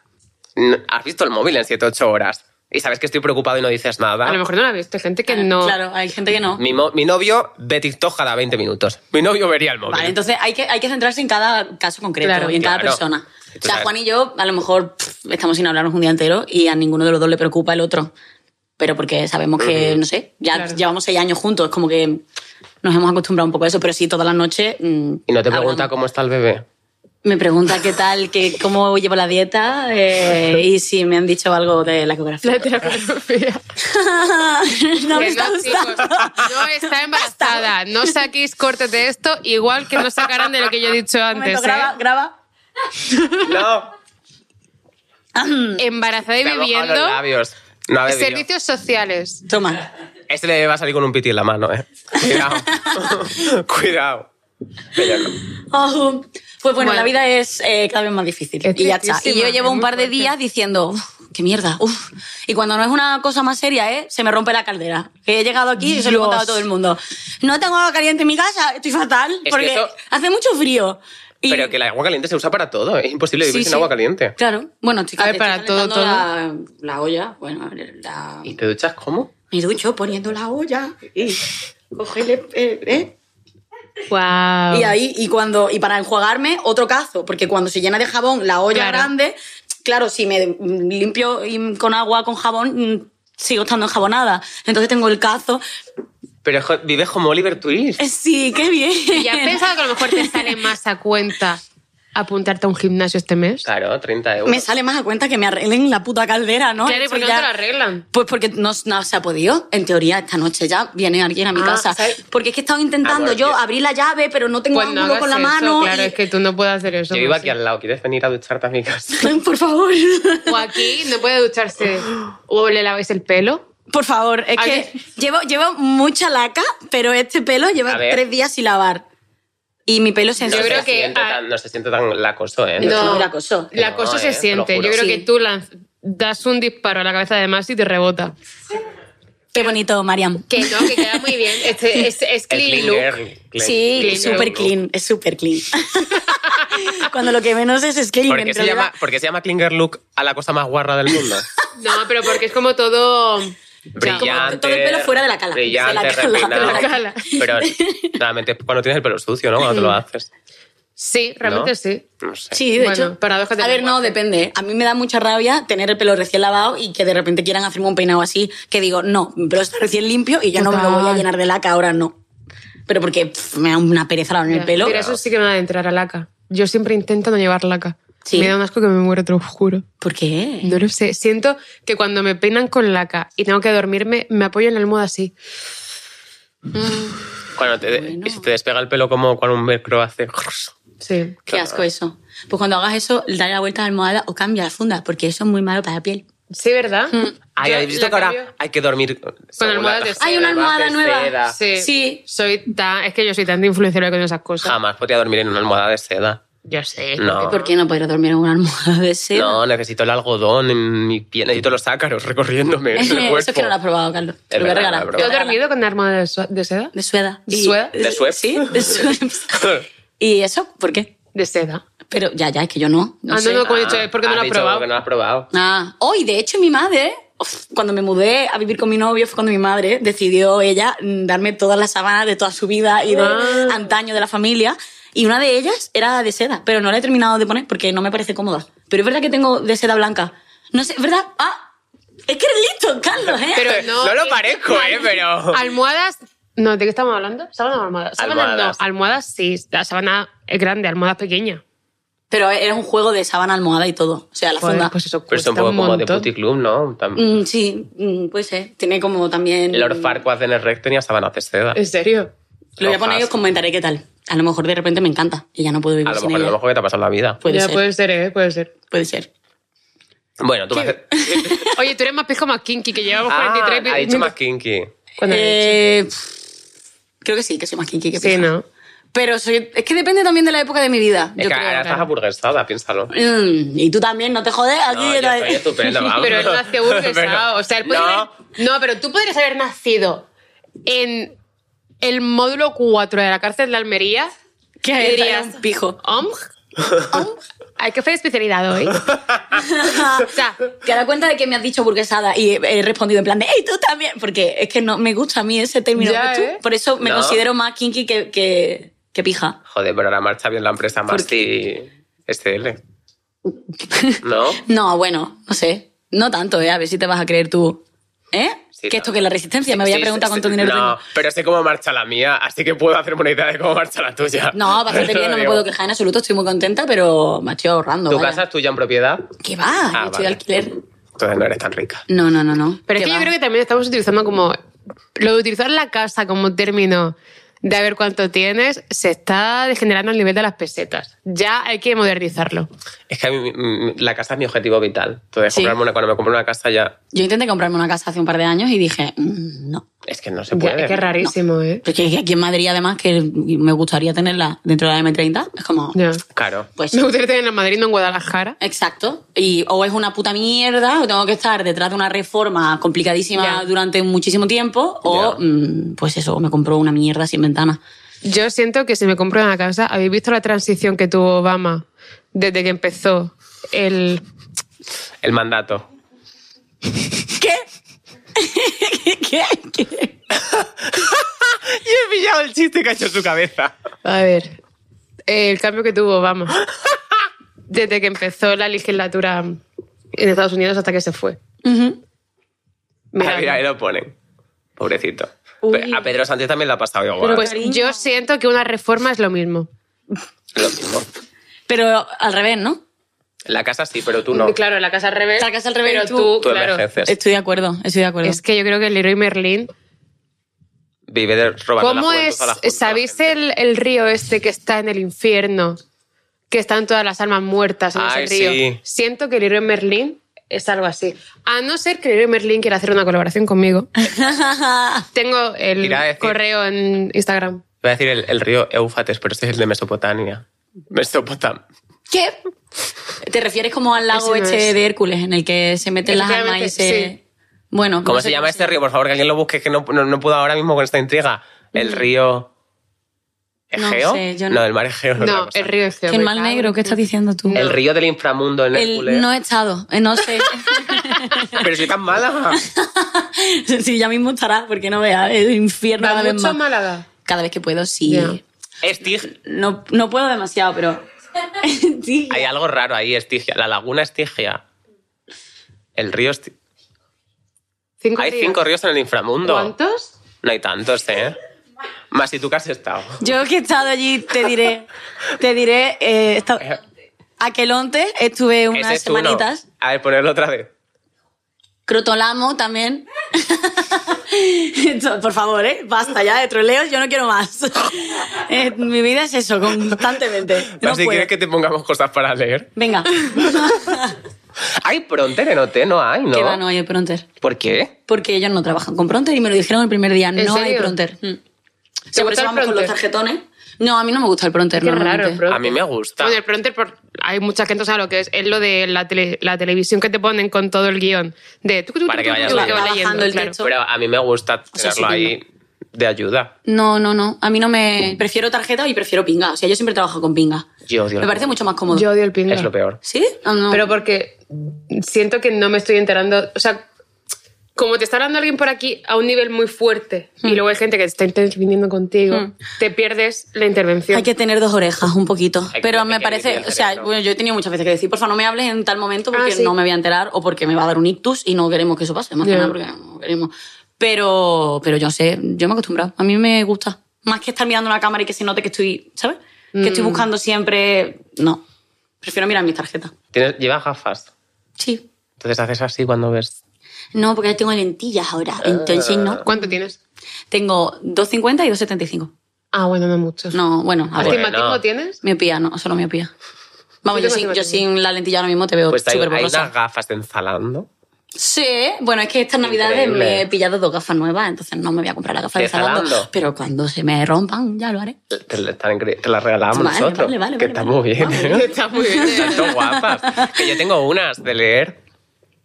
N- Has visto el móvil en 7, 8 horas. Y sabes que estoy preocupado y no dices nada.
A lo mejor no la he visto, hay gente que no.
Ah, Claro, hay gente que no.
Mi, mo- mi novio ve TikTok cada 20 minutos. Mi novio vería el móvil.
Vale, entonces hay que, hay que centrarse en cada caso concreto
Claro.
y en cada
Claro.
persona.
Tú
O sea,
sabes.
Juan y yo a lo mejor pff, estamos sin hablarnos un día entero y a ninguno de los dos le preocupa el otro. Pero porque sabemos que, no sé, ya
Claro.
llevamos seis años juntos, como que nos hemos acostumbrado un poco a eso, pero sí, todas las noches. mm,
Y no te
hablamos.
pregunta cómo está el
*laughs*
bebé.
Me pregunta qué tal, que, cómo llevo la dieta eh, y si me han dicho algo de la ecografía.
La terapia.
*laughs* no me
Que
está
no, chicos,
gustando.
no está embarazada. No saquéis cortes de esto, igual que no sacarán de lo que yo he dicho
Un *laughs* momento,
antes. ¿eh?
graba, graba.
No.
¿eh? Embarazada y
Te ha mojado
viviendo.
los labios. No ha bebido.
Servicios sociales.
Toma.
Este le va a salir con un piti en la mano, eh.
*laughs*
Cuidado. Cuidado. Pero no.
Oh, Pues bueno,
Bueno.
la vida es eh, cada vez más difícil.
Es
y ya está. Y
tristísima,
yo llevo
es
un
muy
par de
fuerte.
días diciendo, "Uf, qué mierda, uf". Y cuando no es una cosa más seria, ¿eh? se me rompe la caldera. Que he llegado aquí y se lo he contado a todo el mundo. No tengo agua caliente en mi casa, estoy fatal,
que
porque
eso-
hace mucho frío. Y-
Pero que el agua caliente se usa para todo. eh. Es imposible vivir
Sí,
sin
sí.
agua caliente.
Claro. Bueno, estoy,
A ver,
estoy
para todo,
calentando La, la olla, bueno, la...
¿Y te duchas cómo?
Me ducho poniendo la olla y... Cogele, eh, eh,
Wow.
Y ahí, y cuando, y para enjuagarme, otro cazo, porque cuando se llena de jabón la olla
Claro.
grande, claro, si me mm, limpio y- con agua, con jabón, mm, sigo estando enjabonada. Entonces tengo el cazo.
Pero jo- vives como Oliver Twist.
Eh, Sí, qué bien.
¿Y has pensado que a lo mejor te sale más a cuenta apuntarte a un gimnasio este mes?
Claro, 30 euros.
Me sale más a cuenta que me arreglen la puta caldera, ¿no?
Claro, ¿y
Eso
por qué no
ya-
te lo arreglan?
Pues porque no, no se ha podido. En teoría, esta noche ya viene alguien a mi
Ah,
casa.
¿sabes?
Porque es que he estado intentando
Amor,
yo
yo-
abrir la llave, pero no tengo
Pues no
ángulo
hagas
con la
eso,
mano.
Claro,
y-
es que tú no puedes hacer eso.
Yo vivo
Monse.
aquí al lado. ¿Quieres venir a ducharte a mi casa?
*laughs* Por favor.
O aquí no puede
*gasps*
ducharse. O le laváis el pelo.
Por favor, es
¿A
que
qué?
llevo, llevo mucha laca, pero este pelo lleva
A ver.
tres días sin lavar. Y mi pelo se
No,
Yo
se
creo que-
siente
ah.
tan, no se siente tan lacoso, ¿eh?
No. la acosó.
La
No,
cosa
eh,
se
te lo
siente.
juro.
Yo creo
Sí.
que tú lanz- das un disparo a la cabeza de Masi y te rebota.
Qué bonito, Mariam.
Que no, que queda muy bien. *laughs* Este, es, es
El
clean
clean
look.
girl, clean-
sí,
clean
es súper
girl.
clean, es súper clean. *laughs* Cuando lo que menos es es clean.
¿Por
en
qué, se
realidad.
llama, ¿Por qué se llama Klinger Look a la cosa más guarra del
*laughs*
mundo?
No, pero porque es como todo.
sea, como
brillante.
todo el pelo fuera de la cala.
Brillante,
De la cala, *laughs*
refinado.
de la cala.
Pero realmente pues, cuando tienes el pelo sucio, ¿no? Cuando te lo haces.
Sí, realmente
¿No?
sí.
No sé.
Sí, de
Bueno,
hecho.
paradoja del
a ver, no,
lenguaje.
depende. ¿eh? A mí me da mucha rabia tener el pelo recién lavado y que de repente quieran hacerme un peinado así, que digo, no, mi pelo está recién limpio y yo no me lo voy a
Total.
llenar de laca ahora, no. Pero porque pff, me da una pereza lavar en el
Ya.
pelo.
Pero eso sí que me va a entrar a laca. Yo siempre intento no llevar laca.
Sí.
Me da un asco que me muero, te lo juro.
¿Por qué?
No lo sé. Siento que cuando me peinan con laca y tengo que dormirme, me apoyo en la almohada así.
Cuando te,
Bueno.
y se te despega el pelo como cuando un velcro hace...
Sí.
Qué asco eso. Pues cuando hagas eso, dale la vuelta a la almohada o cambia la funda, porque eso es muy malo para la piel.
Sí, ¿verdad?
Ay,
Yo
¿habéis visto
la
que ahora
cambio.
hay que dormir según
almohadas
la-
de seda.
Hay una almohada
de
nueva.
seda.
Sí.
Sí.
Soy tan, es que yo soy tan influenciable con esas cosas.
Jamás podría dormir en una almohada de seda.
Yo sé.
No.
¿Por qué no podrás dormir en una almohada de seda?
Ah.
*laughs*
No, necesito el algodón en mi piel, necesito los ácaros recorriéndome en el
*laughs*
cuerpo.
eso es que no lo has probado, Carlos. Te lo voy a
verdad,
regalar.
es
¿Yo
te lo
he
voy a regalar.
dormido con arma de, sua- de seda?
De sueda. Y-
¿Sueda?
¿De suep?
Sí, de suep.
*laughs*
¿Y eso? ¿Por qué?
De seda.
Pero ya, ya, es que yo no. No
Ah,
sé.
no, no, como he dicho, es porque no
has
lo has
dicho
probado.
que no lo has probado.
Ah, hoy, de hecho, mi madre, uf, cuando me mudé a vivir con mi novio, fue cuando mi madre decidió ella mm, darme todas las sábanas de toda su vida y de
Ah.
antaño de la familia. Y una de ellas era de seda, pero no la he terminado de poner porque no me parece cómoda. Pero es verdad que tengo de seda blanca. No sé, ¿verdad? Ah, es que eres listo, Carlos, ¿eh?
Pero no.
No lo parezco, eh, pero-
Almohadas. No, ¿de qué estamos hablando? ¿Sábanas o almohadas? Sábanas
Almohadas.
no. Almohadas sí. La sábana es grande, almohadas pequeña.
Pero era un juego de sábana, almohada y todo. O sea, la
Joder,
funda.
pues eso
Pero es
cuesta
un poco
un
como de
montón.
puticlub, ¿no? También.
Mm, sí, mm, puede ser. Tiene como también...
Eh,
Lord Farquaad en el rec tenía sábanas de seda.
¿En serio?
Lo voy
Rojas.
a poner y os comentaré qué tal. A lo mejor de repente me encanta y ya no puedo
A
vivir
lo
sin
mejor es
ella.
lo mejor que te ha pasado en la vida.
Puede
ya
ser,
puede ser, ¿eh? Puede ser.
puede ser.
Bueno, tú
*laughs*
me haces...
Oye, tú eres más pijo más kinky, que llevamos
Ah,
43
ha dicho
minutos.
más kinky.
Cuando lo he dicho.
Eh, pff, creo que sí, que soy más kinky que
Sí,
pija.
¿no?
Pero soy, es que depende también de la época de mi vida.
Es
yo
que
creo.
ahora estás aburguesada, piénsalo.
Mm, y tú también, no te jodes. Aquí
No, yo
*laughs*
estoy estupenda, vamos.
Pero él
*laughs*
nació burguesado. O sea, él puede
Ah, No.
haber- No, pero tú podrías haber nacido en el módulo 4 de la cárcel de Almería.
*laughs* ¿Qué
Y
dirías?
dirías,
Un pijo.
"Om,
*laughs*
om, Hay que hacer especialidad hoy. O sea,
Que da cuenta de que me has dicho burguesada y he he respondido en plan de, ¡Ey, tú también! Porque es que no me gusta a mí ese término.
Ya,
¿ves tú?
¿eh?
Por eso me
No.
considero más kinky que, que, que pija.
Joder, pero ahora marcha bien la empresa más y
*laughs*
SL. ¿No?
No, bueno, no sé. No tanto, ¿eh? A ver si te vas a creer tú. ¿Eh?
Sí,
que
no.
esto que es la resistencia, me voy a
Sí,
preguntar
sí,
cuánto
sí.
dinero
No,
tengo.
pero sé cómo marcha la mía, así que puedo hacerme una idea de cómo marcha la tuya.
No, bastante
Pero
bien, no me
digo,
puedo quejar en absoluto, estoy muy contenta, pero me estoy ahorrando.
¿Tu
vaya.
casa es tuya en propiedad?
¿Qué va?
Ah,
Yo estoy de
vale.
alquiler.
Entonces no eres tan rica.
No, no, no, no.
Pero es
¿Qué
que yo
va?
creo que también estamos utilizando como. Lo de utilizar la casa como término de a ver cuánto tienes se está degenerando al nivel de las pesetas. Ya hay que modernizarlo.
Es que a mí, mm, la casa es mi objetivo vital. Entonces,
Sí.
comprarme una, cuando me compro una casa ya.
Yo intenté comprarme una casa hace un par de años y dije, "Mm, no.
Es que no se
Ya,
puede.
es que es rarísimo, ¿eh?
Porque aquí en Madrid, además, que me gustaría tenerla dentro de la M30, es como,
Ya.
Claro.
pues,
Me gustaría tener en Madrid, no en Guadalajara.
exacto. Y o es una puta mierda, o tengo que estar detrás de una reforma complicadísima
Ya.
durante muchísimo tiempo,
Ya.
o, mm, pues eso, me compró una mierda sin ventana. *laughs*
Yo siento que si me compro una casa, ¿habéis visto la transición que tuvo Obama desde que empezó el...
El mandato.
¿Qué? *laughs* ¿Qué? ¿Qué?
*laughs* Yo he pillado el chiste que ha hecho en su cabeza.
A ver, eh, el cambio que tuvo Obama desde que empezó la legislatura en Estados Unidos hasta que se fue.
Ujú.
Mira,
Mira,
Ah, mira, eh, ahí lo ponen. Pobrecito.
Uy.
A Pedro Sánchez también le ha pasado igual.
pues
cariño.
yo siento que una reforma es lo mismo.
Lo mismo.
Pero al revés, ¿no?
La casa sí, pero tú no.
Claro, la casa al revés.
La casa al revés,
pero
tú-
tú,
Tú
claro.
envejeces.
Estoy de acuerdo, estoy de acuerdo.
Es que yo creo que el héroe Merlín
Vive de robando la
¿Cómo
juventud
es?
a la juventud,
¿Sabéis
la gente.
el, el río este que está en el infierno? Que están todas las almas muertas en
Ay,
ese río.
sí.
Siento que el héroe Merlín es algo así. A no ser que el héroe Merlín quiera hacer una colaboración
*laughs*
conmigo. Tengo el
Irá a decir-
correo en Instagram.
Voy a decir el, el río Éufates, pero este es el de Mesopotamia. Mesopotamia.
¿Qué? ¿Te refieres como al lago
Ese no
este
es.
de Hércules, en el que se meten las almas y se...
Efectivamente,
Bueno, no
¿Cómo
sé
se llama este río? Por favor, que alguien lo busque, que no, no, no puedo ahora mismo con esta intriga. El río.
No
¿Egeo?
sé, yo no-
el mar Egeo. es *laughs* otra
No,
cosa.
el río este, es
¿Qué mal negro? ¿Qué estás diciendo tú?
El río del inframundo en
El-
Hércules.
no he estado, eh,
*laughs*
no sé.
Pero si tan mala.
sí, ya mismo estará, porque no veas, es un infierno cada
Va
vez
mucho a
más.
Málaga.
Cada vez que puedo, sí.
Ya.
Estig.
No, no puedo demasiado, pero... *laughs* sí.
Hay algo raro ahí, Estigia. La laguna Estigia. El río. Esti-
Cinco
Hay
ríos.
cinco ríos en el inframundo.
¿Cuántos?
No hay tantos, ¿eh? Más si tú que has estado.
Yo que he estado allí, te diré, te diré, eh, he estado- Aquelonte, estuve unas
Ese es uno.
semanitas.
A ver, ponerlo otra vez.
Crotolamo también. *laughs* Esto, Por favor, ¿eh? basta ya de troleos, yo no quiero más. *laughs* Eh, Mi vida es eso,
*laughs*
constantemente. No
Más si
puedo.
quieres que te pongamos cosas para leer.
Venga,
Hay Pronter en OT, no hay, ¿no?
que va, no hay pronter.
¿Por qué?
Porque ellos no trabajan con pronter y me lo dijeron el primer día,
¿En
no hay
serio?
pronter. Mm. O sea,
gusta
por eso
el
vamos con los
Pronter?
tarjetones. No, a mí no me gusta el pronter.
Qué
normalmente.
raro, bro.
A mí me gusta.
Bueno, el pronter, por- hay mucha gente que no sabe lo que es. Es lo de la, tele- la televisión que te ponen con todo el guión. De tucu, tucu,
Para que
tucu,
vayas
tucu,
leyendo.
vas
Bajando el
claro.
texto.
Pero a mí me gusta
O sea,
tenerlo ahí de ayuda.
No, no, no. A mí no me. Prefiero tarjeta y prefiero pinga. O sea, yo siempre trabajo con pinga.
Yo odio
Me
la
parece
pinga.
mucho más cómodo.
Yo odio el pinga.
Es lo peor.
¿Sí? Ah, no.
Pero porque siento que no me estoy enterando. O sea, como te está hablando alguien por aquí a un nivel muy fuerte y luego hay gente que está interviniendo contigo,
Mm.
te pierdes la intervención.
Hay que tener dos orejas un poquito.
Hay que-
Pero
hay
me
que
parece,
limpiar el
o sea,
cerebro.
bueno, yo he tenido muchas veces que decir, porfa, no me hables en tal momento porque
Ah, sí.
no me voy a enterar o porque me va a dar un ictus y no queremos que eso pase, más que
Ya.
nada porque no queremos. Pero, pero yo sé, yo me he acostumbrado. A mí me gusta. Más que estar mirando una cámara y que se note que estoy, ¿sabes? Que
Mm.
estoy buscando siempre. No. Prefiero mirar mis tarjetas.
Tienes, llevas gafas.
Sí.
Entonces haces así cuando ves.
No, porque
Ah.
tengo lentillas ahora. Entonces no.
¿Cuánto tienes?
Tengo 2.50 y 2.75.
Ah, bueno, no mucho.
No, bueno, a ver.
Bueno.
¿Astigmatismo tienes?
Miopía, no, solo miopía. Vamos,
Yo tengo
yo sin, yo
astigmatismo.
sin la lentilla ahora mismo te veo
Pues hay,
súper
hay
borrosa.
unas gafas en Zalando.
Sí, bueno, es que estas navidades
Increíble.
me he pillado dos gafas nuevas, entonces no me voy a comprar las gafas de
¿De Zalando?
Zalando. Pero cuando se me rompan, ya lo haré.
Te, la- están incre- te las regalamos
Vale,
nosotros.
vale, vale,
que
vale,
está
vale.
muy bien.
*laughs*
¿eh?
Está muy bien. eh.
Tanto guapas. Que yo tengo unas de leer.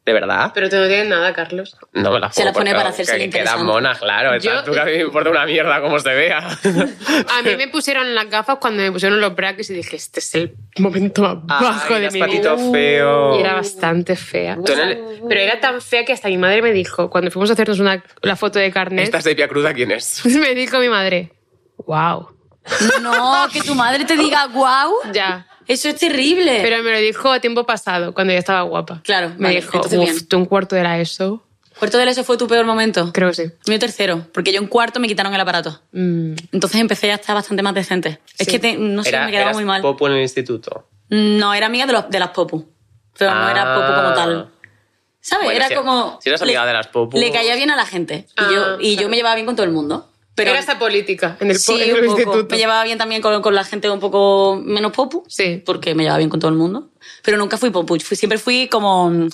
¿De verdad?
Pero tú no tienes nada, Carlos.
No me las
Se
pongo
las pone
porque
para hacerse
que
interesante.
Quedan monas, claro.
Yo-
Está- tú que a mí me importa una mierda cómo se vea.
A mí me pusieron las gafas cuando me pusieron los brackets y dije, este es el momento más
Ay,
bajo de
eras
mi
patito
vida.
feo.
Y era bastante fea.
Tú en el-
Pero era tan fea que hasta mi madre me dijo, cuando fuimos a hacernos una, la foto de carnet,
Esta sepia cruda, ¿quién es?
Pues me dijo mi madre, wow,
No, que tu madre te diga guau,
ya.
eso es terrible.
Pero me lo dijo a tiempo pasado, cuando ya estaba guapa.
Eh. Claro,
Me
vale,
dijo,
entonces
uff,
bien".
tú un cuarto de la ESO.
¿Puerto del Eso fue tu peor momento?
Creo que sí.
Mío tercero, porque yo en cuarto me quitaron el aparato.
Mm,
Entonces empecé ya a estar bastante más decente. Es
Sí.
que te- no sé,
Era-
me quedaba
eras
muy mal.
popo en el instituto.
No, era amiga de, los, de las popu. Pero no era
Ah.
popu como tal. ¿Sabes?
Bueno,
era
si-
como.
si eras amiga de las popu.
Le caía bien a la gente. Y,
Ah,
yo, y yo
claro.
me llevaba bien con todo el mundo. Pero.
Pero era esta política en el, po-
sí,
en el
un poco.
instituto.
Me llevaba bien también con, con la gente un poco menos popu.
Sí.
Porque me llevaba bien con todo el mundo. Pero nunca fui popu. Fui- siempre fui como. mm,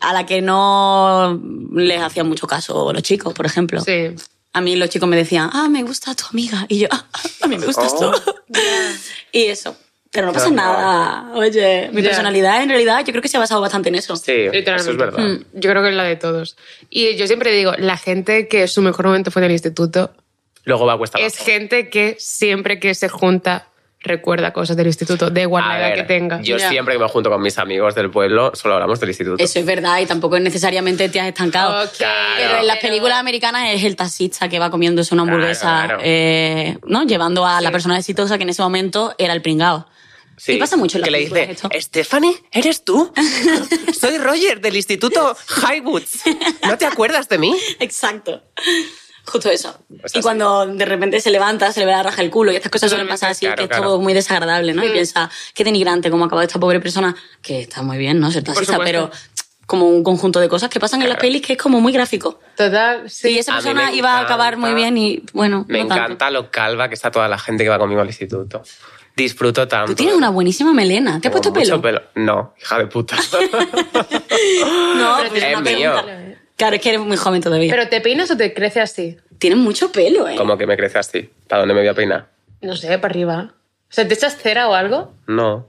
A la que no les hacían mucho caso los chicos, por ejemplo.
Sí.
A mí los chicos me decían, ah, me gusta tu amiga. Y yo, ah, a mí me gustas
Oh.
tú. *laughs* y eso. Pero no pasa
Claro.
nada. Oye, mi
Ya.
personalidad en realidad yo creo que se ha basado bastante en eso.
Sí, eso es verdad.
Mm, Yo creo que es la de todos. Y yo siempre digo, la gente que su mejor momento fue en el instituto
Luego va a cuesta
es
abajo.
gente que siempre que se junta recuerda cosas del instituto, da igual
A
la edad
ver,
que tenga.
Yo
Ya.
siempre que me junto con mis amigos del pueblo, solo hablamos del instituto.
Eso es verdad y tampoco es necesariamente te has estancado.
Ok,
Pero en las películas americanas es el taxista que va comiéndose una hamburguesa,
Claro, claro.
eh, ¿no? Llevando a la persona exitosa que en ese momento era el pringao.
Sí.
Y pasa mucho en las
Que le
películas
dice,
esto.
Stephanie, ¿eres
*laughs*
tú? Soy Roger del instituto Highwoods. ¿No te acuerdas de
*laughs*
mí?
Exacto. Justo eso.
Pues
y
así.
cuando de repente se levanta, se le ve la raja el culo y estas cosas suelen pasar así,
Claro,
que es
claro. Mm.
todo muy desagradable, ¿no? Y piensa, qué denigrante cómo ha acabado esta pobre persona, que está muy bien, ¿no? Ser taxista,
supuesto.
pero como un conjunto de cosas que pasan en las pelis que es como muy gráfico.
Total, sí.
y esa
a mí
persona
me
iba a acabar
encanta.
muy bien y, bueno,
Me
no tanto.
encanta lo calva que está toda la gente que va conmigo al instituto. Disfruto tanto.
Tú tienes una buenísima melena. ¿Te has
Tengo
puesto
mucho
pelo?
No, hija de
*laughs*
puta.
No,
Pero
pues
es
una
mío.
pregunta. Claro, es que eres muy joven todavía.
¿Pero te peinas o te crece así?
Tienes mucho pelo, ¿eh?
Como que me crece así. ¿Para dónde me voy a peinar?
No sé, para arriba. O sea, ¿te echas cera o algo?
No.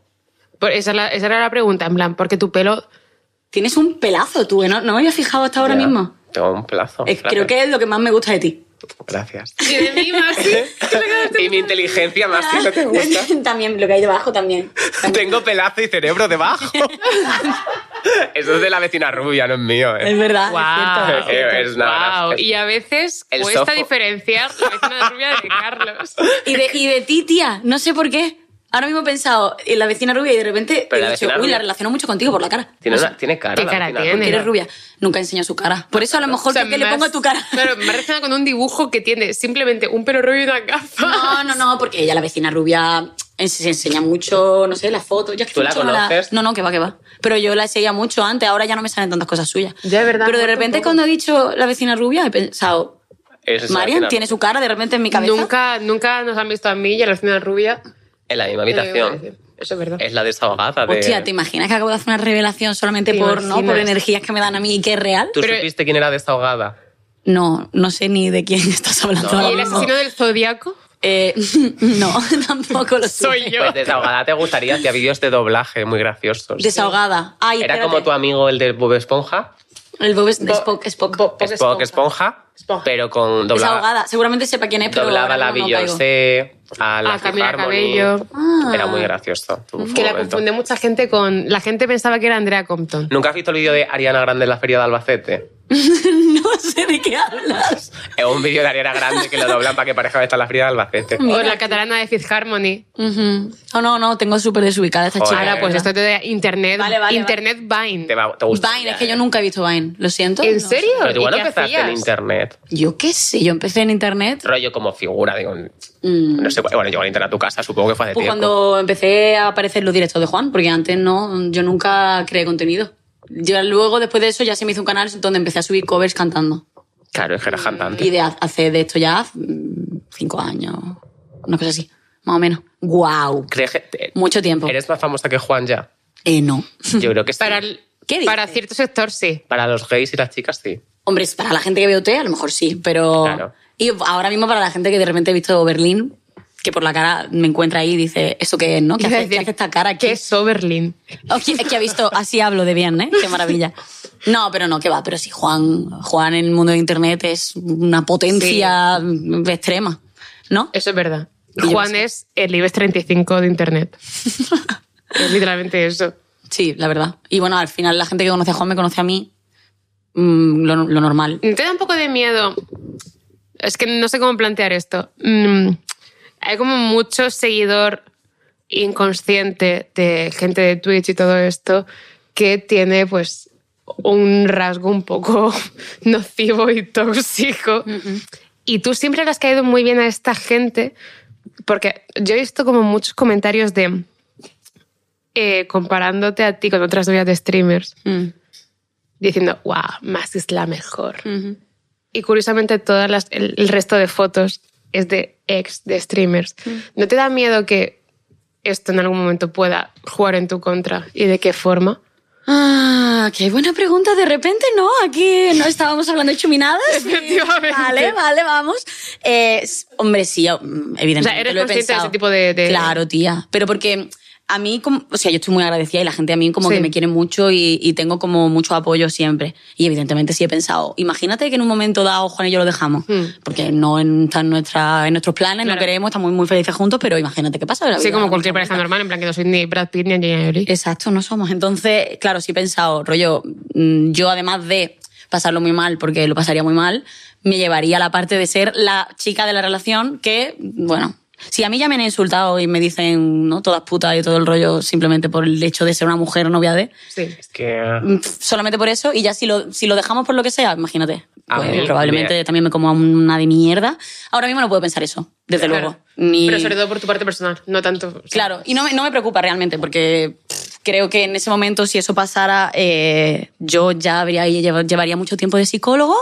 Por- esa, es la- esa era la pregunta, en plan, porque tu pelo...
Tienes un pelazo tú, ¿eh? No, no me había fijado hasta ahora
Ya. Oh,
mismo.
Tengo un plazo.
Es- creo que es lo que más me gusta de ti.
Gracias.
Y de mí, *laughs* Maxi.
*laughs* y mi inteligencia más que Ah, no
*laughs*
te gusta.
también, lo que hay debajo también.
Tengo pelazo y cerebro
*laughs*
debajo. Eso es de la vecina rubia, no es mío. eh.
Es
Ah,
verdad.
Guau.
Es
*laughs*
cierto.
Es una
Guau,
gracia.
Y a veces
El
cuesta
sofo.
diferenciar la vecina rubia de *laughs* Carlos.
Y de, y de ti, tía, no sé por qué. Ahora mismo he pensado en la vecina rubia y de repente
Pero
he
la
dicho,
vecina
uy, la
rubia-
relaciono mucho contigo por la Pues, cara.
Tiene, una- tiene cara.
¿Qué
la
cara
vecina
tiene?
rubia.
Porque eres rubia. Nunca enseña su cara. Por eso a lo mejor
sea,
creo que le
más-
pongo
*laughs*
tu cara.
Claro, me ha relacionado con un dibujo que tiene simplemente un pelo rubio y una gafa.
No, no, no, porque ella, la vecina rubia, en- se enseña mucho, no sé, las fotos. Yo es que
¿Tú la
mucho
conoces?
No, no, que va, que va. Pero yo la seguía mucho antes, ahora ya no me salen tantas cosas suyas.
Ya, es verdad,
Pero
muerto
de
un
repente
poco.
cuando he dicho la vecina rubia, he pensado,
Esa es la
Marian
vecina
tiene su cara de repente en mi cabeza.
Nunca, nunca nos han visto a mí y a la vecina rubia.
En la
Eh,
misma habitación.
bueno, Eso es verdad.
Es la desahogada de.
Hostia, ¿te imaginas que acabo de hacer una revelación solamente
¿Te
por, ¿no? por
imaginas?
energías que me dan a mí y que es real?
¿Tú
Pero-
supiste quién era desahogada?
No, no sé ni de quién *laughs* estás hablando.
No.
ahora
¿Y el
mismo.
asesino del zodiaco?
Eh, *laughs* no, tampoco lo
*laughs*
sé.
Soy yo.
Pues desahogada te gustaría, hacía vídeos de doblaje muy graciosos.
Desahogada. Ay,
Era
espérate.
como tu amigo el de Bob Esponja.
El Bob es de Spock. Spock.
Bo- Bob
Spock Esponja,
Esponja.
pero con doblaba,
Desahogada. Seguramente sepa quién es, pero
doblaba
ahora
la
mismo no caigo.
Beyoncé, a
A
la Fifth
Ah, Camila
Harmony.
Cabello.
Ah.
Era muy gracioso. Fue un
Que la
momento.
confunde mucha gente con... La gente pensaba que era Andrea Compton.
¿Nunca has visto el vídeo de Ariana Grande en la feria de Albacete?
*laughs* No sé de qué hablas.
Es un vídeo de Ariana Grande que lo doblan para que parezca que está en la feria de Albacete.
O la catalana de Fifth Harmony.
No, no, no, tengo súper desubicada esta
Joder.
chica.
Ahora, pues esto te da internet,
Vale, vale,
internet Vine.
Te, va, te gusta.
Vine, es que yo nunca he visto Vine, lo siento.
¿En
No sé.
serio?
Pero tú
¿Y
cuando
qué
empezaste en
hacías?
internet,
Yo qué sé, yo empecé en internet.
rollo como figura, digo,
mm,
no sé, cu- bueno, llegó el internet a tu casa, supongo que fue hace
Pues
tiempo.
cuando empecé a aparecer los directos de Juan, porque antes no, yo nunca creé contenido. Yo luego, después de eso, ya se me hizo un canal donde empecé a subir covers cantando.
Claro, es que eras cantante.
Y de ha- hace de esto ya mm, cinco años. una cosa así, más o menos. ¡Guau!
¿Crees que te-
Mucho tiempo.
eres más famosa que Juan ya?
Eh, no.
Yo creo que sí.
Para,
Para,
el-
¿Qué
para
dices?
cierto sector, sí.
los gays y las chicas, sí.
Hombre, para la gente que veo T, a lo mejor sí, pero.
Claro.
Y ahora mismo para la gente que de repente he visto Berlín, que por la cara me encuentra ahí y dice, ¿eso qué es, no? ¿Qué
Iba a
hace,
decir,
qué hace esta cara aquí?
¿Qué es Oberlin?
Oh, que- que ha visto, así hablo de bien, ¿eh? Qué maravilla. No, pero no, que va, pero sí, Juan, Juan en el mundo de Internet es una potencia extrema, ¿no?
Eso es verdad.
Y yo
Juan
no sé.
es el E IBEX 35 de
*laughs*
Internet. es literalmente eso.
Sí, la verdad. Y bueno, al final la gente que conoce a Juan me conoce a mí, mm, lo, lo normal.
¿Te da un poco de miedo? Es que no sé cómo plantear esto. Mm, hay como mucho seguidor inconsciente de gente de Twitch y todo esto que tiene pues un rasgo un poco *laughs* nocivo y tóxico. Y tú siempre le has caído muy bien a esta gente porque yo he visto como muchos comentarios de eh, comparándote a ti con otras novias de streamers
Mm,
diciendo, wow, más es la mejor.
mhm.
Y curiosamente, todas las, el, el resto de fotos es de ex, de streamers.
Mm.
¿No te da miedo que esto en algún momento pueda jugar en tu contra? ¿Y de qué forma?
Ah, qué buena pregunta. De repente, ¿no? Aquí no estábamos hablando de chuminadas.
*laughs*
y-
Efectivamente.
Vale, vale, vamos. Eh, s- hombre, sí, yo, mm, evidentemente.
O sea, eres
lo he
consciente de
pensado.
ese tipo de- de-
Claro, tía. Pero porque a mí, como, o sea, yo estoy muy agradecida y la gente a mí como
Sí.
que me quiere mucho y, y tengo como mucho apoyo siempre. Y evidentemente sí he pensado, imagínate que en un momento dado Juan y yo lo dejamos.
Mm.
Porque no en- está en, nuestra, en nuestros planes,
Claro.
no queremos, estamos muy felices juntos, pero imagínate qué pasa. la
Sí,
vida
como
da
cualquier
muchas
pareja normal, en plan que no soy ni Brad Pitt ni Angelina Jolie.
Exacto, no somos. Entonces, claro, sí he pensado, rollo, mm, yo además de pasarlo muy mal, porque lo pasaría muy mal, me llevaría a la parte de ser la chica de la relación que, bueno, si a mí ya me han insultado y me dicen, ¿no? Todas putas y todo el rollo simplemente por el hecho de ser una mujer novia de,
Sí.
Es que...
*laughs* mm, solamente por eso, y ya si lo, si lo dejamos por lo que sea, imagínate,
A
pues
mí,
probablemente
mira.
también me como a una de mierda. Ahora mismo no puedo pensar eso, desde
Claro.
luego. Ni-
Pero sobre todo por tu parte personal, no tanto. o sea,
Claro, y no me, no me preocupa realmente, porque pff, creo que en ese momento, si eso pasara, eh, yo ya habría, lleva- llevaría mucho tiempo de psicólogo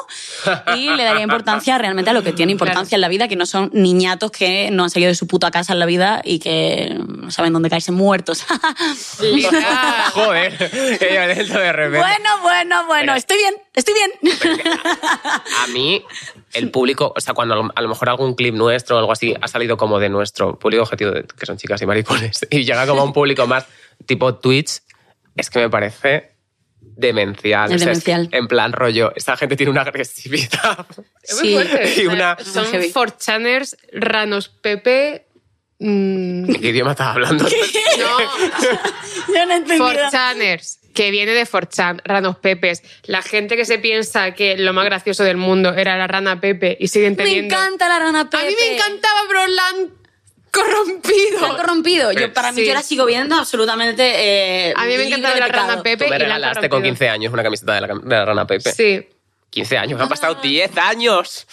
y le daría importancia realmente a lo que tiene
Claro.
importancia en la vida, que no son niñatos que no han salido de su puta casa en la vida y que no saben dónde caerse muertos. *laughs*
Literal.
Joder, que yo en esto de repente.
bueno, bueno, bueno,
Pero-
estoy bien, estoy bien. *laughs*
A mí, el público, o sea, cuando a lo- a lo mejor algún clip nuestro o algo así ha salido como de nuestro público objetivo, de- que son chicas y maricones, *laughs* y llega como a un público más tipo Twitch, es que me parece demencial.
Es
O sea,
demencial.
en plan rollo, esa gente tiene
*laughs*
una agresividad.
Es muy
Sí.
fuerte.
Y
o sea,
una-
Son
Heavy.
4chaners, ranos, Pepe.
*laughs*
mm,
¿De qué idioma estás hablando?
no,
yo no he entendido.
Forchaners, que viene de Forchan, ranos pepes. La gente que se piensa que lo más gracioso del mundo era la rana Pepe y siguen
Me
teniendo.
encanta la rana
A
Pepe.
mí me encantaba, pero la han
Se han
corrompido.
corrompido. Yo,
Pero-
para mí,
Sí.
yo la sigo viendo absolutamente. eh,
A mí me
libro
encantaba
de
la
pecado.
rana
Tú
Pepe
me
y la han
regalaste con
corrompido.
15 años una camiseta de la, cam- de la rana Pepe.
Sí. Ah.
15 años, han pasado 10 años.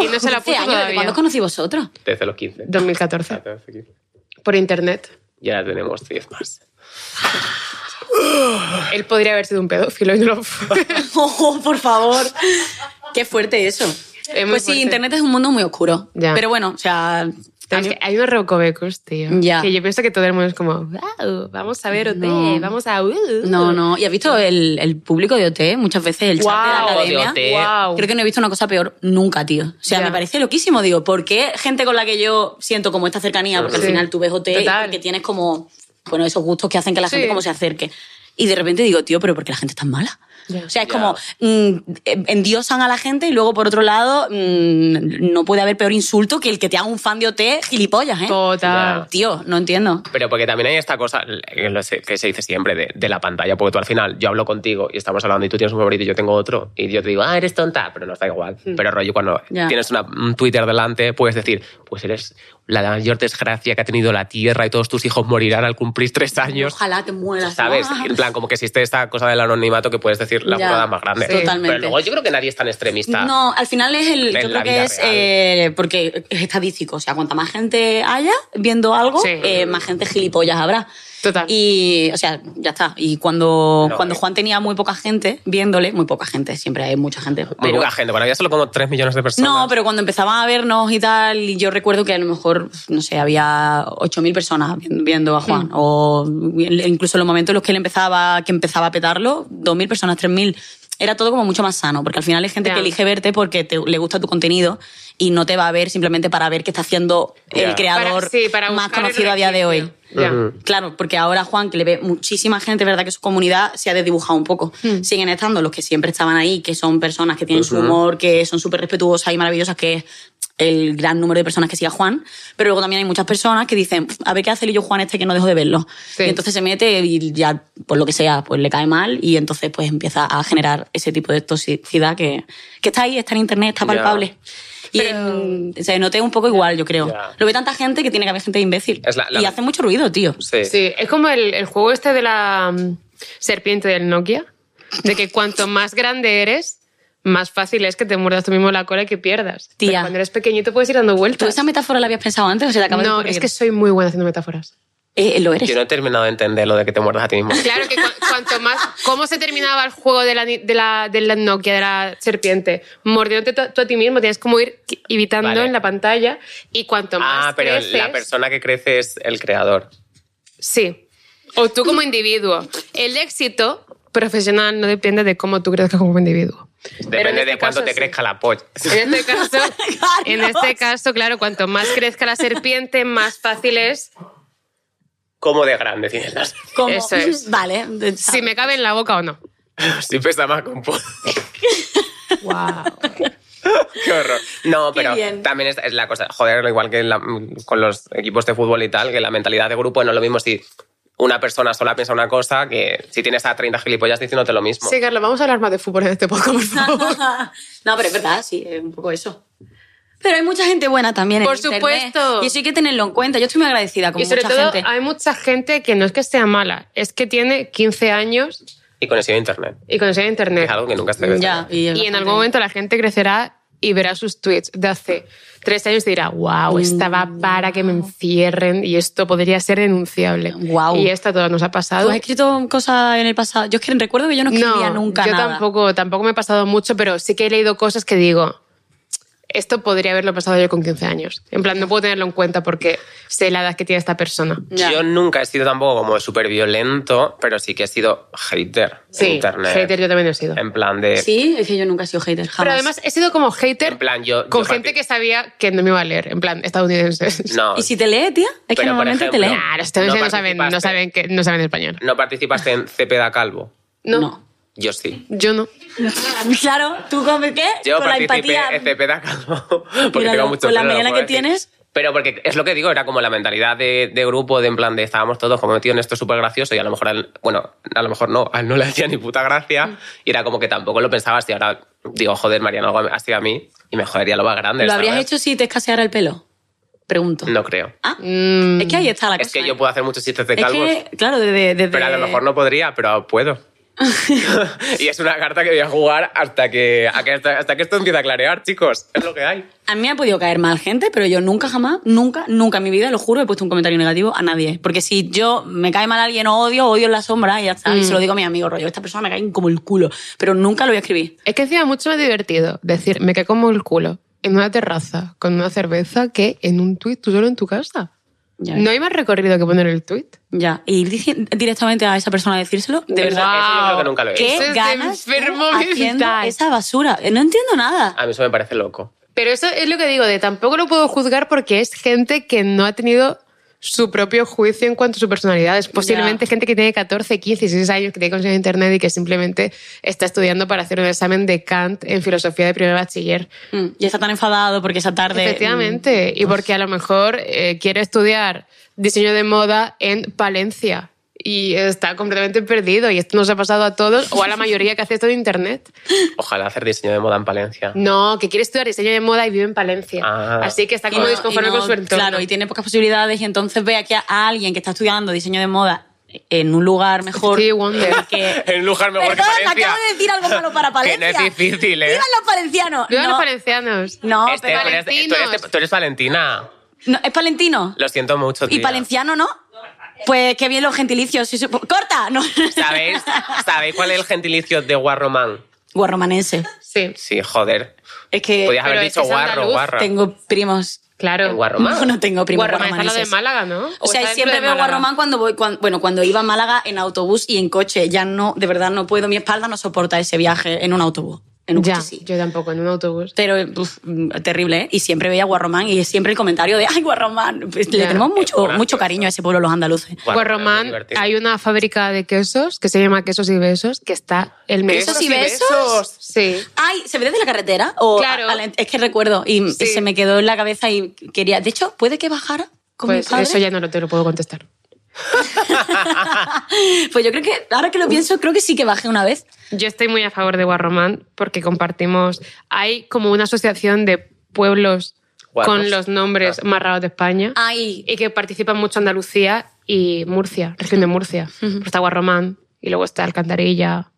Y no se la
15
puso
años, ¿de
todavía.
cuándo conocí vosotros?
Desde los 15.
2014.
14, 15.
Por internet.
Y ahora tenemos 10 más.
Él podría haber sido un pedófilo y no lo
*laughs*
fue. *laughs*
Oh, por favor. Qué fuerte eso.
Es muy
pues sí,
fuerte.
Internet es un mundo muy oscuro.
Ya.
Pero bueno, o sea... a
Pero es
mí-
que hay unos recovecos, tío.
Ya.
Que yo pienso que todo el mundo es como, wow, vamos a ver OT,
No.
vamos a. uh".
No, no. ¿Y has visto el, el público de OT? Muchas veces el chat de la
Guau, de
academia.
OT.
Guau.
Creo que no he visto una cosa peor nunca, tío. O sea,
Ya.
me parece loquísimo. Digo, ¿por qué gente con la que yo siento como esta cercanía? Porque
Sí.
al final tú ves OT y
Total.
porque tienes como, bueno, esos gustos que hacen que la
Sí.
gente como se acerque. Y de repente digo, tío, pero ¿por qué la gente es tan mala?
Ya.
O sea, es
Ya.
como mm, eh, endiosan a la gente y luego, por otro lado, mm, no puede haber peor insulto que el que te haga un fan de OT gilipollas, ¿eh?
Total.
Ya.
Tío, no entiendo.
Pero porque también hay esta cosa que lo sé- que se dice siempre de, de la pantalla, porque tú al final yo hablo contigo y estamos hablando y tú tienes un favorito y yo tengo otro y yo te digo, ah, eres tonta, pero nos da igual. Pero rollo, cuando
Mm. Ya.
tienes una- un Twitter delante, puedes decir, pues eres la mayor desgracia que ha tenido la Tierra y todos tus hijos morirán al cumplir tres años.
Ojalá te
*laughs*
mueras.
¿Sabes?
Ah.
En plan, como que existe esta cosa del anonimato que puedes decir la
Ya,
jugada más grande.
sí. Totalmente.
Pero luego yo creo que nadie es tan extremista.
No, al final es el.
En
Yo
la
creo que
vida
es.
real.
eh, porque es estadístico. O sea, cuanta más gente haya viendo algo,
Sí.
eh, más gente gilipollas habrá.
Total.
Y, o sea, ya está. Y cuando,
No,
cuando
eh.
Juan tenía muy poca gente viéndole, muy poca gente, siempre hay mucha gente.
Muy
pero-
poca gente, bueno, había solo como 3 millones de personas.
no, pero cuando empezaban a vernos y tal, y yo recuerdo que a lo mejor, no sé, había 8.000 personas vi- viendo a
Hmm.
Juan. O incluso en los momentos en los que él empezaba, que empezaba a petarlo, 2.000 personas, 3.000. Era todo como mucho más sano, porque al final hay gente
Ya.
que elige verte porque te- le gusta tu contenido y no te va a ver simplemente para ver qué está haciendo
Ya.
el creador
Para- sí, para
más
buscar el
conocido a día de hoy.
registro. Ya.
Ujú.
Claro, porque ahora Juan, que le ve muchísima gente, es verdad que su comunidad se ha desdibujado un poco. Siguen estando los que siempre estaban ahí, que son personas que tienen su humor, que son súper respetuosas y maravillosas, que es el gran número de personas que sigue a Juan. Pero luego también hay muchas personas que dicen, a ver qué hace el yo Juan este que no dejo de verlo.
Sí.
Y entonces se mete y ya, por lo que sea, pues le cae mal y entonces pues empieza a generar ese tipo de toxicidad que, que está ahí, está en internet, está
Ya.
palpable. Y en- se noté un poco igual, yo creo.
Ya.
Lo ve tanta gente que tiene que haber gente imbécil.
Es la- la-
Y hace mucho ruido, tío.
Sí.
Sí, es como el, el juego este de la mm, serpiente del Nokia, de que cuanto más grande eres, más fácil es que te muerdas tú mismo la cola y que pierdas. Pero
Tía.
cuando eres pequeñito puedes ir dando
¿Tú
vueltas.
esa metáfora la habías pensado antes o se te acaba de
No,
ocurrir?
es que soy muy buena haciendo metáforas.
Eh, eh, lo eres.
Yo no he terminado de entender lo de que te muerdas a ti mismo.
Claro que cu- cuanto más... ¿Cómo se terminaba el juego de la, ni- de la, de la Nokia, de la serpiente? Mordiéndote to- tú a ti mismo, tienes como ir qui- evitando
Vale.
en la pantalla y cuanto más
Ah, pero la
creces-
persona que crece es el creador.
Sí. O tú como individuo. El éxito profesional no depende de cómo tú crezcas como individuo. Pero en
Depende
este
de cuánto
caso,
te
sí.
crezca la polla.
En
*laughs*
este
Oh
caso,
Carlos.
en este caso, claro, cuanto más crezca la serpiente, más fácil es.
¿Cómo de grande tienes las *laughs*
Como, *laughs*
Eso es.
Vale. de-
Si me cabe en la boca o no.
Sí, pesa más con po-
Wow.
*laughs* Qué horror. No,
Qué
pero
bien.
también es, es la cosa. Joder, igual que la- con los equipos de fútbol y tal, que la mentalidad de grupo no es lo mismo si una persona sola piensa una cosa que si tienes a 30 gilipollas diciéndote lo mismo.
Sí, Carlos, vamos a hablar más de fútbol en este podcast, por favor.
*laughs* no, pero es verdad, sí, es un poco eso. Pero hay mucha gente buena también. en
Por
internet,
supuesto.
Y eso hay que tenerlo en cuenta. Yo estoy muy agradecida con
Y sobre
mucha
todo,
gente.
hay mucha gente que no es que sea mala, es que tiene 15 años
Y conexión a internet.
y conoce internet.
Es algo que nunca se debe
Ya,
hacer.
y, es
Y en
bastante-
algún momento la gente crecerá y verá sus tweets de hace tres años y dirá,
Mm.
wow, estaba para que me encierren y esto podría ser denunciable.
Guau.
Y esto a todos nos ha
¿Tú
pasado.
has escrito cosas en el pasado? Yo es que recuerdo que yo no escribía nunca
yo
nada.
tampoco, tampoco me he pasado mucho, pero sí que he leído cosas que digo, esto podría haberlo pasado yo con 15 años. En plan, no puedo tenerlo en cuenta porque sé la edad que tiene esta persona.
Ya.
Yo nunca he sido tampoco como súper violento, pero sí que he sido hater en
Sí,
internet. Em,
hater yo también he sido.
En plan de.
Sí, es que yo nunca he sido hater, jamás.
Pero además he sido como hater
En plan, yo.
con
yo
gente
partí-
que sabía que no me iba a leer, en plan, estadounidenses.
No,
¿Y si te lee, tía? Es que
Pero, por
normalmente
ejemplo,
te lee.
Claro, estadounidenses
No
no, saben, no,
participaste.
saben que, no saben español.
no participaste en Cepeda Calvo.
No,
No.
Yo sí.
yo no.
*laughs* Claro, tú con qué?
Yo
con la
participé
empatía.
en Cepeda Calvo. *laughs* Porque
Míralo,
tengo mucho
con la
pelo, lo
melena
puedo
que
decir.
tienes.
Pero porque es lo que digo, era como la mentalidad de, de grupo, de en plan de estábamos todos como metidos en esto súper gracioso y a lo mejor, a él- bueno, a lo mejor no, a él no le hacía ni puta gracia
Mm.
y era como que tampoco lo pensabas y ahora digo, joder, Mariano, algo así a mí y me jodería lo más grande.
¿Lo habrías
¿sabes?
hecho si te escaseara el pelo? Pregunto.
No creo.
Ah,
Mm.
es que ahí está la
Es
cosa.
que
¿eh?
yo puedo hacer muchos chistes de
Es
calvos,
que, claro, desde. desde-
pero a lo mejor no podría, pero
*laughs*
puedo. y es una carta que voy a jugar hasta que, a que- hasta, hasta que esto empiece a clarear, chicos. Es lo que hay.
A mí me ha podido caer mal gente, pero yo nunca, jamás, nunca, nunca en mi vida, lo juro, he puesto un comentario negativo a nadie. Porque si yo me cae mal alguien o odio, odio en la sombra y ya
Mm.
está. Y se lo digo a mi amigo, rollo, esta persona me cae como el culo. Pero nunca lo voy a escribir.
Es que encima es mucho más divertido decir, me cae como el culo en una terraza con una cerveza que en un tuit tú solo en tu casa.
Ya.
No hay más recorrido que poner el tuit.
Ya. Y ir dici- directamente a esa persona a decírselo, de
Eso-
verdad.
eso yo creo que nunca lo he
¿Qué
Eso es de
ganas tú
enfermo
haciendo
mental.
esa basura? No entiendo nada.
A mí eso me parece loco.
Pero eso es lo que digo, de tampoco lo puedo juzgar porque es gente que no ha tenido su propio juicio en cuanto a su personalidad. Es posiblemente
Ya.
gente que tiene 14, 15, 16 años, que tiene conexión a Internet y que simplemente está estudiando para hacer un examen de Kant en filosofía de primer bachiller.
Mm, Y está tan enfadado porque esa tarde.
Efectivamente, y porque a lo mejor eh, quiere estudiar diseño de moda en Palencia y está completamente perdido y esto nos ha pasado a todos o a la mayoría que hace esto de internet.
Ojalá hacer diseño de moda en Palencia.
No, que quiere estudiar diseño de moda y vive en Palencia.
Ah.
Así que está como
no-
disconforme
y no-
con su entorno.
Claro, y tiene pocas posibilidades y entonces ve aquí a alguien que está estudiando diseño de moda en un lugar mejor.
Sí, Wonder.
en el
*laughs*
*laughs* que-
En un lugar mejor
Perdón,
que
te
Palencia.
acabo de decir algo malo para
Que no
Palencia.
es difícil, ¿eh?
¡Vivan los palencianos!
Vivan
no,
los valencianos.
No,
Este,
pero-
tú, eres, tú eres- tú eres Valentina.
no, es palentino.
Lo siento mucho,
Y
tía.
palenciano no. Pues qué bien los gentilicios. sí, sí. ¡Corta! No. *laughs*
¿Sabéis? ¿Sabéis cuál es el gentilicio de guarromán?
Guarromanense.
Sí,
Sí, joder.
Eh, Es que
Podías haber
pero es
dicho
que es
guarro,
andaluz,
guarra.
tengo primos.
claro.
El guarromán.
No, no tengo primos
Guarromán está lo de
guarromaneses.
Málaga, ¿no?
O sea, y
está dentro
siempre
de
veo
Málaga.
Guarromán cuando voy, cuan- bueno, cuando iba a Málaga en autobús y en coche. Ya no, de verdad no puedo, mi espalda no soporta ese viaje en un autobús. En un
Ya,
coche sí.
yo tampoco, en un autobús.
Pero uf, terrible, ¿eh? Y siempre veía Guarromán y siempre el comentario de ¡Ay, Guarromán! Pues le
Ya.
tenemos
Es
mucho,
gracioso.
mucho cariño a ese pueblo, los andaluces.
Guarromán,
Guarromán,
muy divertido.
hay una fábrica de quesos que se llama Quesos y Besos, que está el mes.
¿Quesos y besos?
Sí.
Ay, ¿se ve desde la carretera? O
Claro.
a- a la- es que recuerdo y
Sí.
se me quedó en la cabeza y quería. De hecho, puede que bajara con mi
Pues
padre?
eso ya no lo- te lo puedo contestar.
*laughs* Pues yo creo que, ahora que lo pienso, creo que sí que bajé una vez.
Yo estoy muy a favor de Guarromán porque compartimos. Hay como una asociación de pueblos
Guarros.
con los nombres
Ah.
más raros de España
Ay,
y que participan mucho Andalucía y Murcia, región de Murcia. Pues Está Guarromán y luego está Alcantarilla,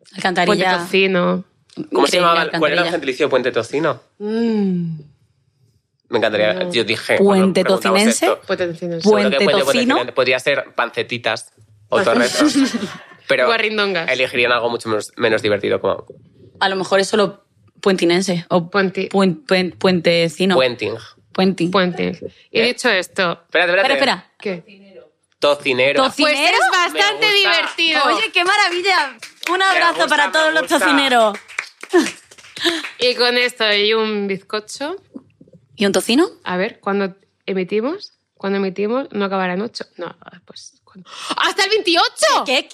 Puente
alcantarilla.
Tocino.
¿Cómo se
Increíble,
llamaba? ¿Cuál era el
alcantarilla.
gentilicio de Puente Tocino? Me encantaría. Yo dije.
¿Puente
cuando preguntamos
tocinense?
esto,
Puente Tocino. sí.
Puente-
seguro que
tocino?
tocinense Podría ser pancetitas o torretas.
*laughs*
Pero
Guarrindongas.
elegirían algo mucho menos, menos divertido como
A lo mejor es solo puentinense o
Puente.
puen- puen- puentecino.
puenting.
Puenting.
Puente. Y
Eh.
dicho esto,
Espérate, espérate.
Espera, espera.
¿qué?
Tocinero.
Toci-
Pues
¿Dinero?
es bastante
Me gusta.
divertido.
Oye, qué maravilla. Un abrazo
gusta,
para
me
todos los
gusta.
tocineros.
Y con esto y un bizcocho.
¿Y un tocino?
A ver, ¿cuándo emitimos? ¿Cuándo emitimos? No acabará en 8. No, pues. ¿cuándo? ¡Hasta el 28!
¿Qué,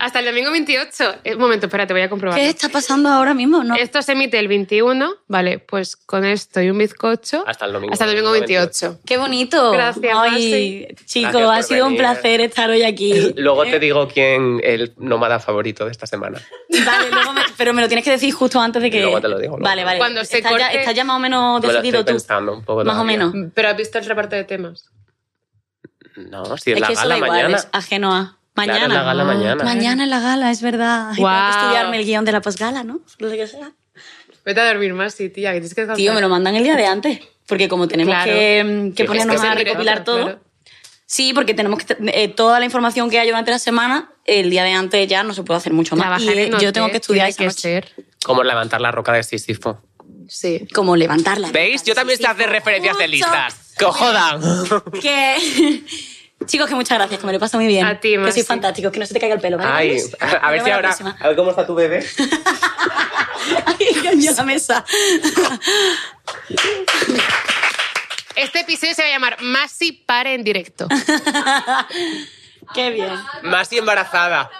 Hasta el domingo 28. Eh, Un momento, espérate, voy a comprobar.
¿Qué está pasando ahora mismo? No.
Esto se emite el 21, vale, pues con esto y un bizcocho.
Hasta el domingo.
Hasta el domingo 28.
Qué bonito.
Gracias,
Ay, chicos,
Gracias
ha
por
sido un
venir.
placer estar
*laughs*
hoy aquí.
Luego te digo quién el nómada favorito de esta semana.
Vale, luego me- pero me lo tienes que decir justo antes de que.
Luego te lo digo, luego.
Vale, vale.
Cuando se
está, ya,
corte-
está ya más o menos
Me lo estoy
decidido tú.
pensando un poco
Más o
todavía.
menos.
Pero has visto el reparto de temas.
No, si es, la
que eso
gala
da igual,
mañana.
es ajeno a.
Claro,
Mañana.
es la gala
Ah,
mañana.
Mañana es la gala, es verdad. Ay, Tengo
Guau.
que estudiarme el guión de la posgala, ¿no? Lo que sea.
Vete a dormir más, sí, tía, que tienes que
Tío, me lo mandan el día de antes. Porque como tenemos
Claro.
que, mm, que
Sí,
ponernos
es que
a
se mire,
claro,
recopilar todo.
claro.
Sí, porque tenemos que, eh, toda la información que hay durante la semana, el día de antes ya no se puede hacer mucho más. Y
Trabajar
eh,
en
yo tengo
hotel
que estudiar
tiene
esa
que
noche.
ser.
Como levantar la roca de Sísifo.
Sí.
Como levantarla.
¿Veis? Yo también sé hacer referencias de listas. ¡Que os jodan!
Que... *laughs* Chicos, que muchas gracias, que me lo paso muy bien.
A ti,
Que
Marci.
sois fantásticos, que no se te caiga el pelo, ¿vale?
Ay,
Nos
a ver
vemos
si
la
ahora.
próxima.
A ver cómo está tu bebé.
*laughs* Ay, cayó
*laughs*
la mesa.
Este episodio se va a llamar Masi Pare en directo.
Qué bien.
Más embarazada.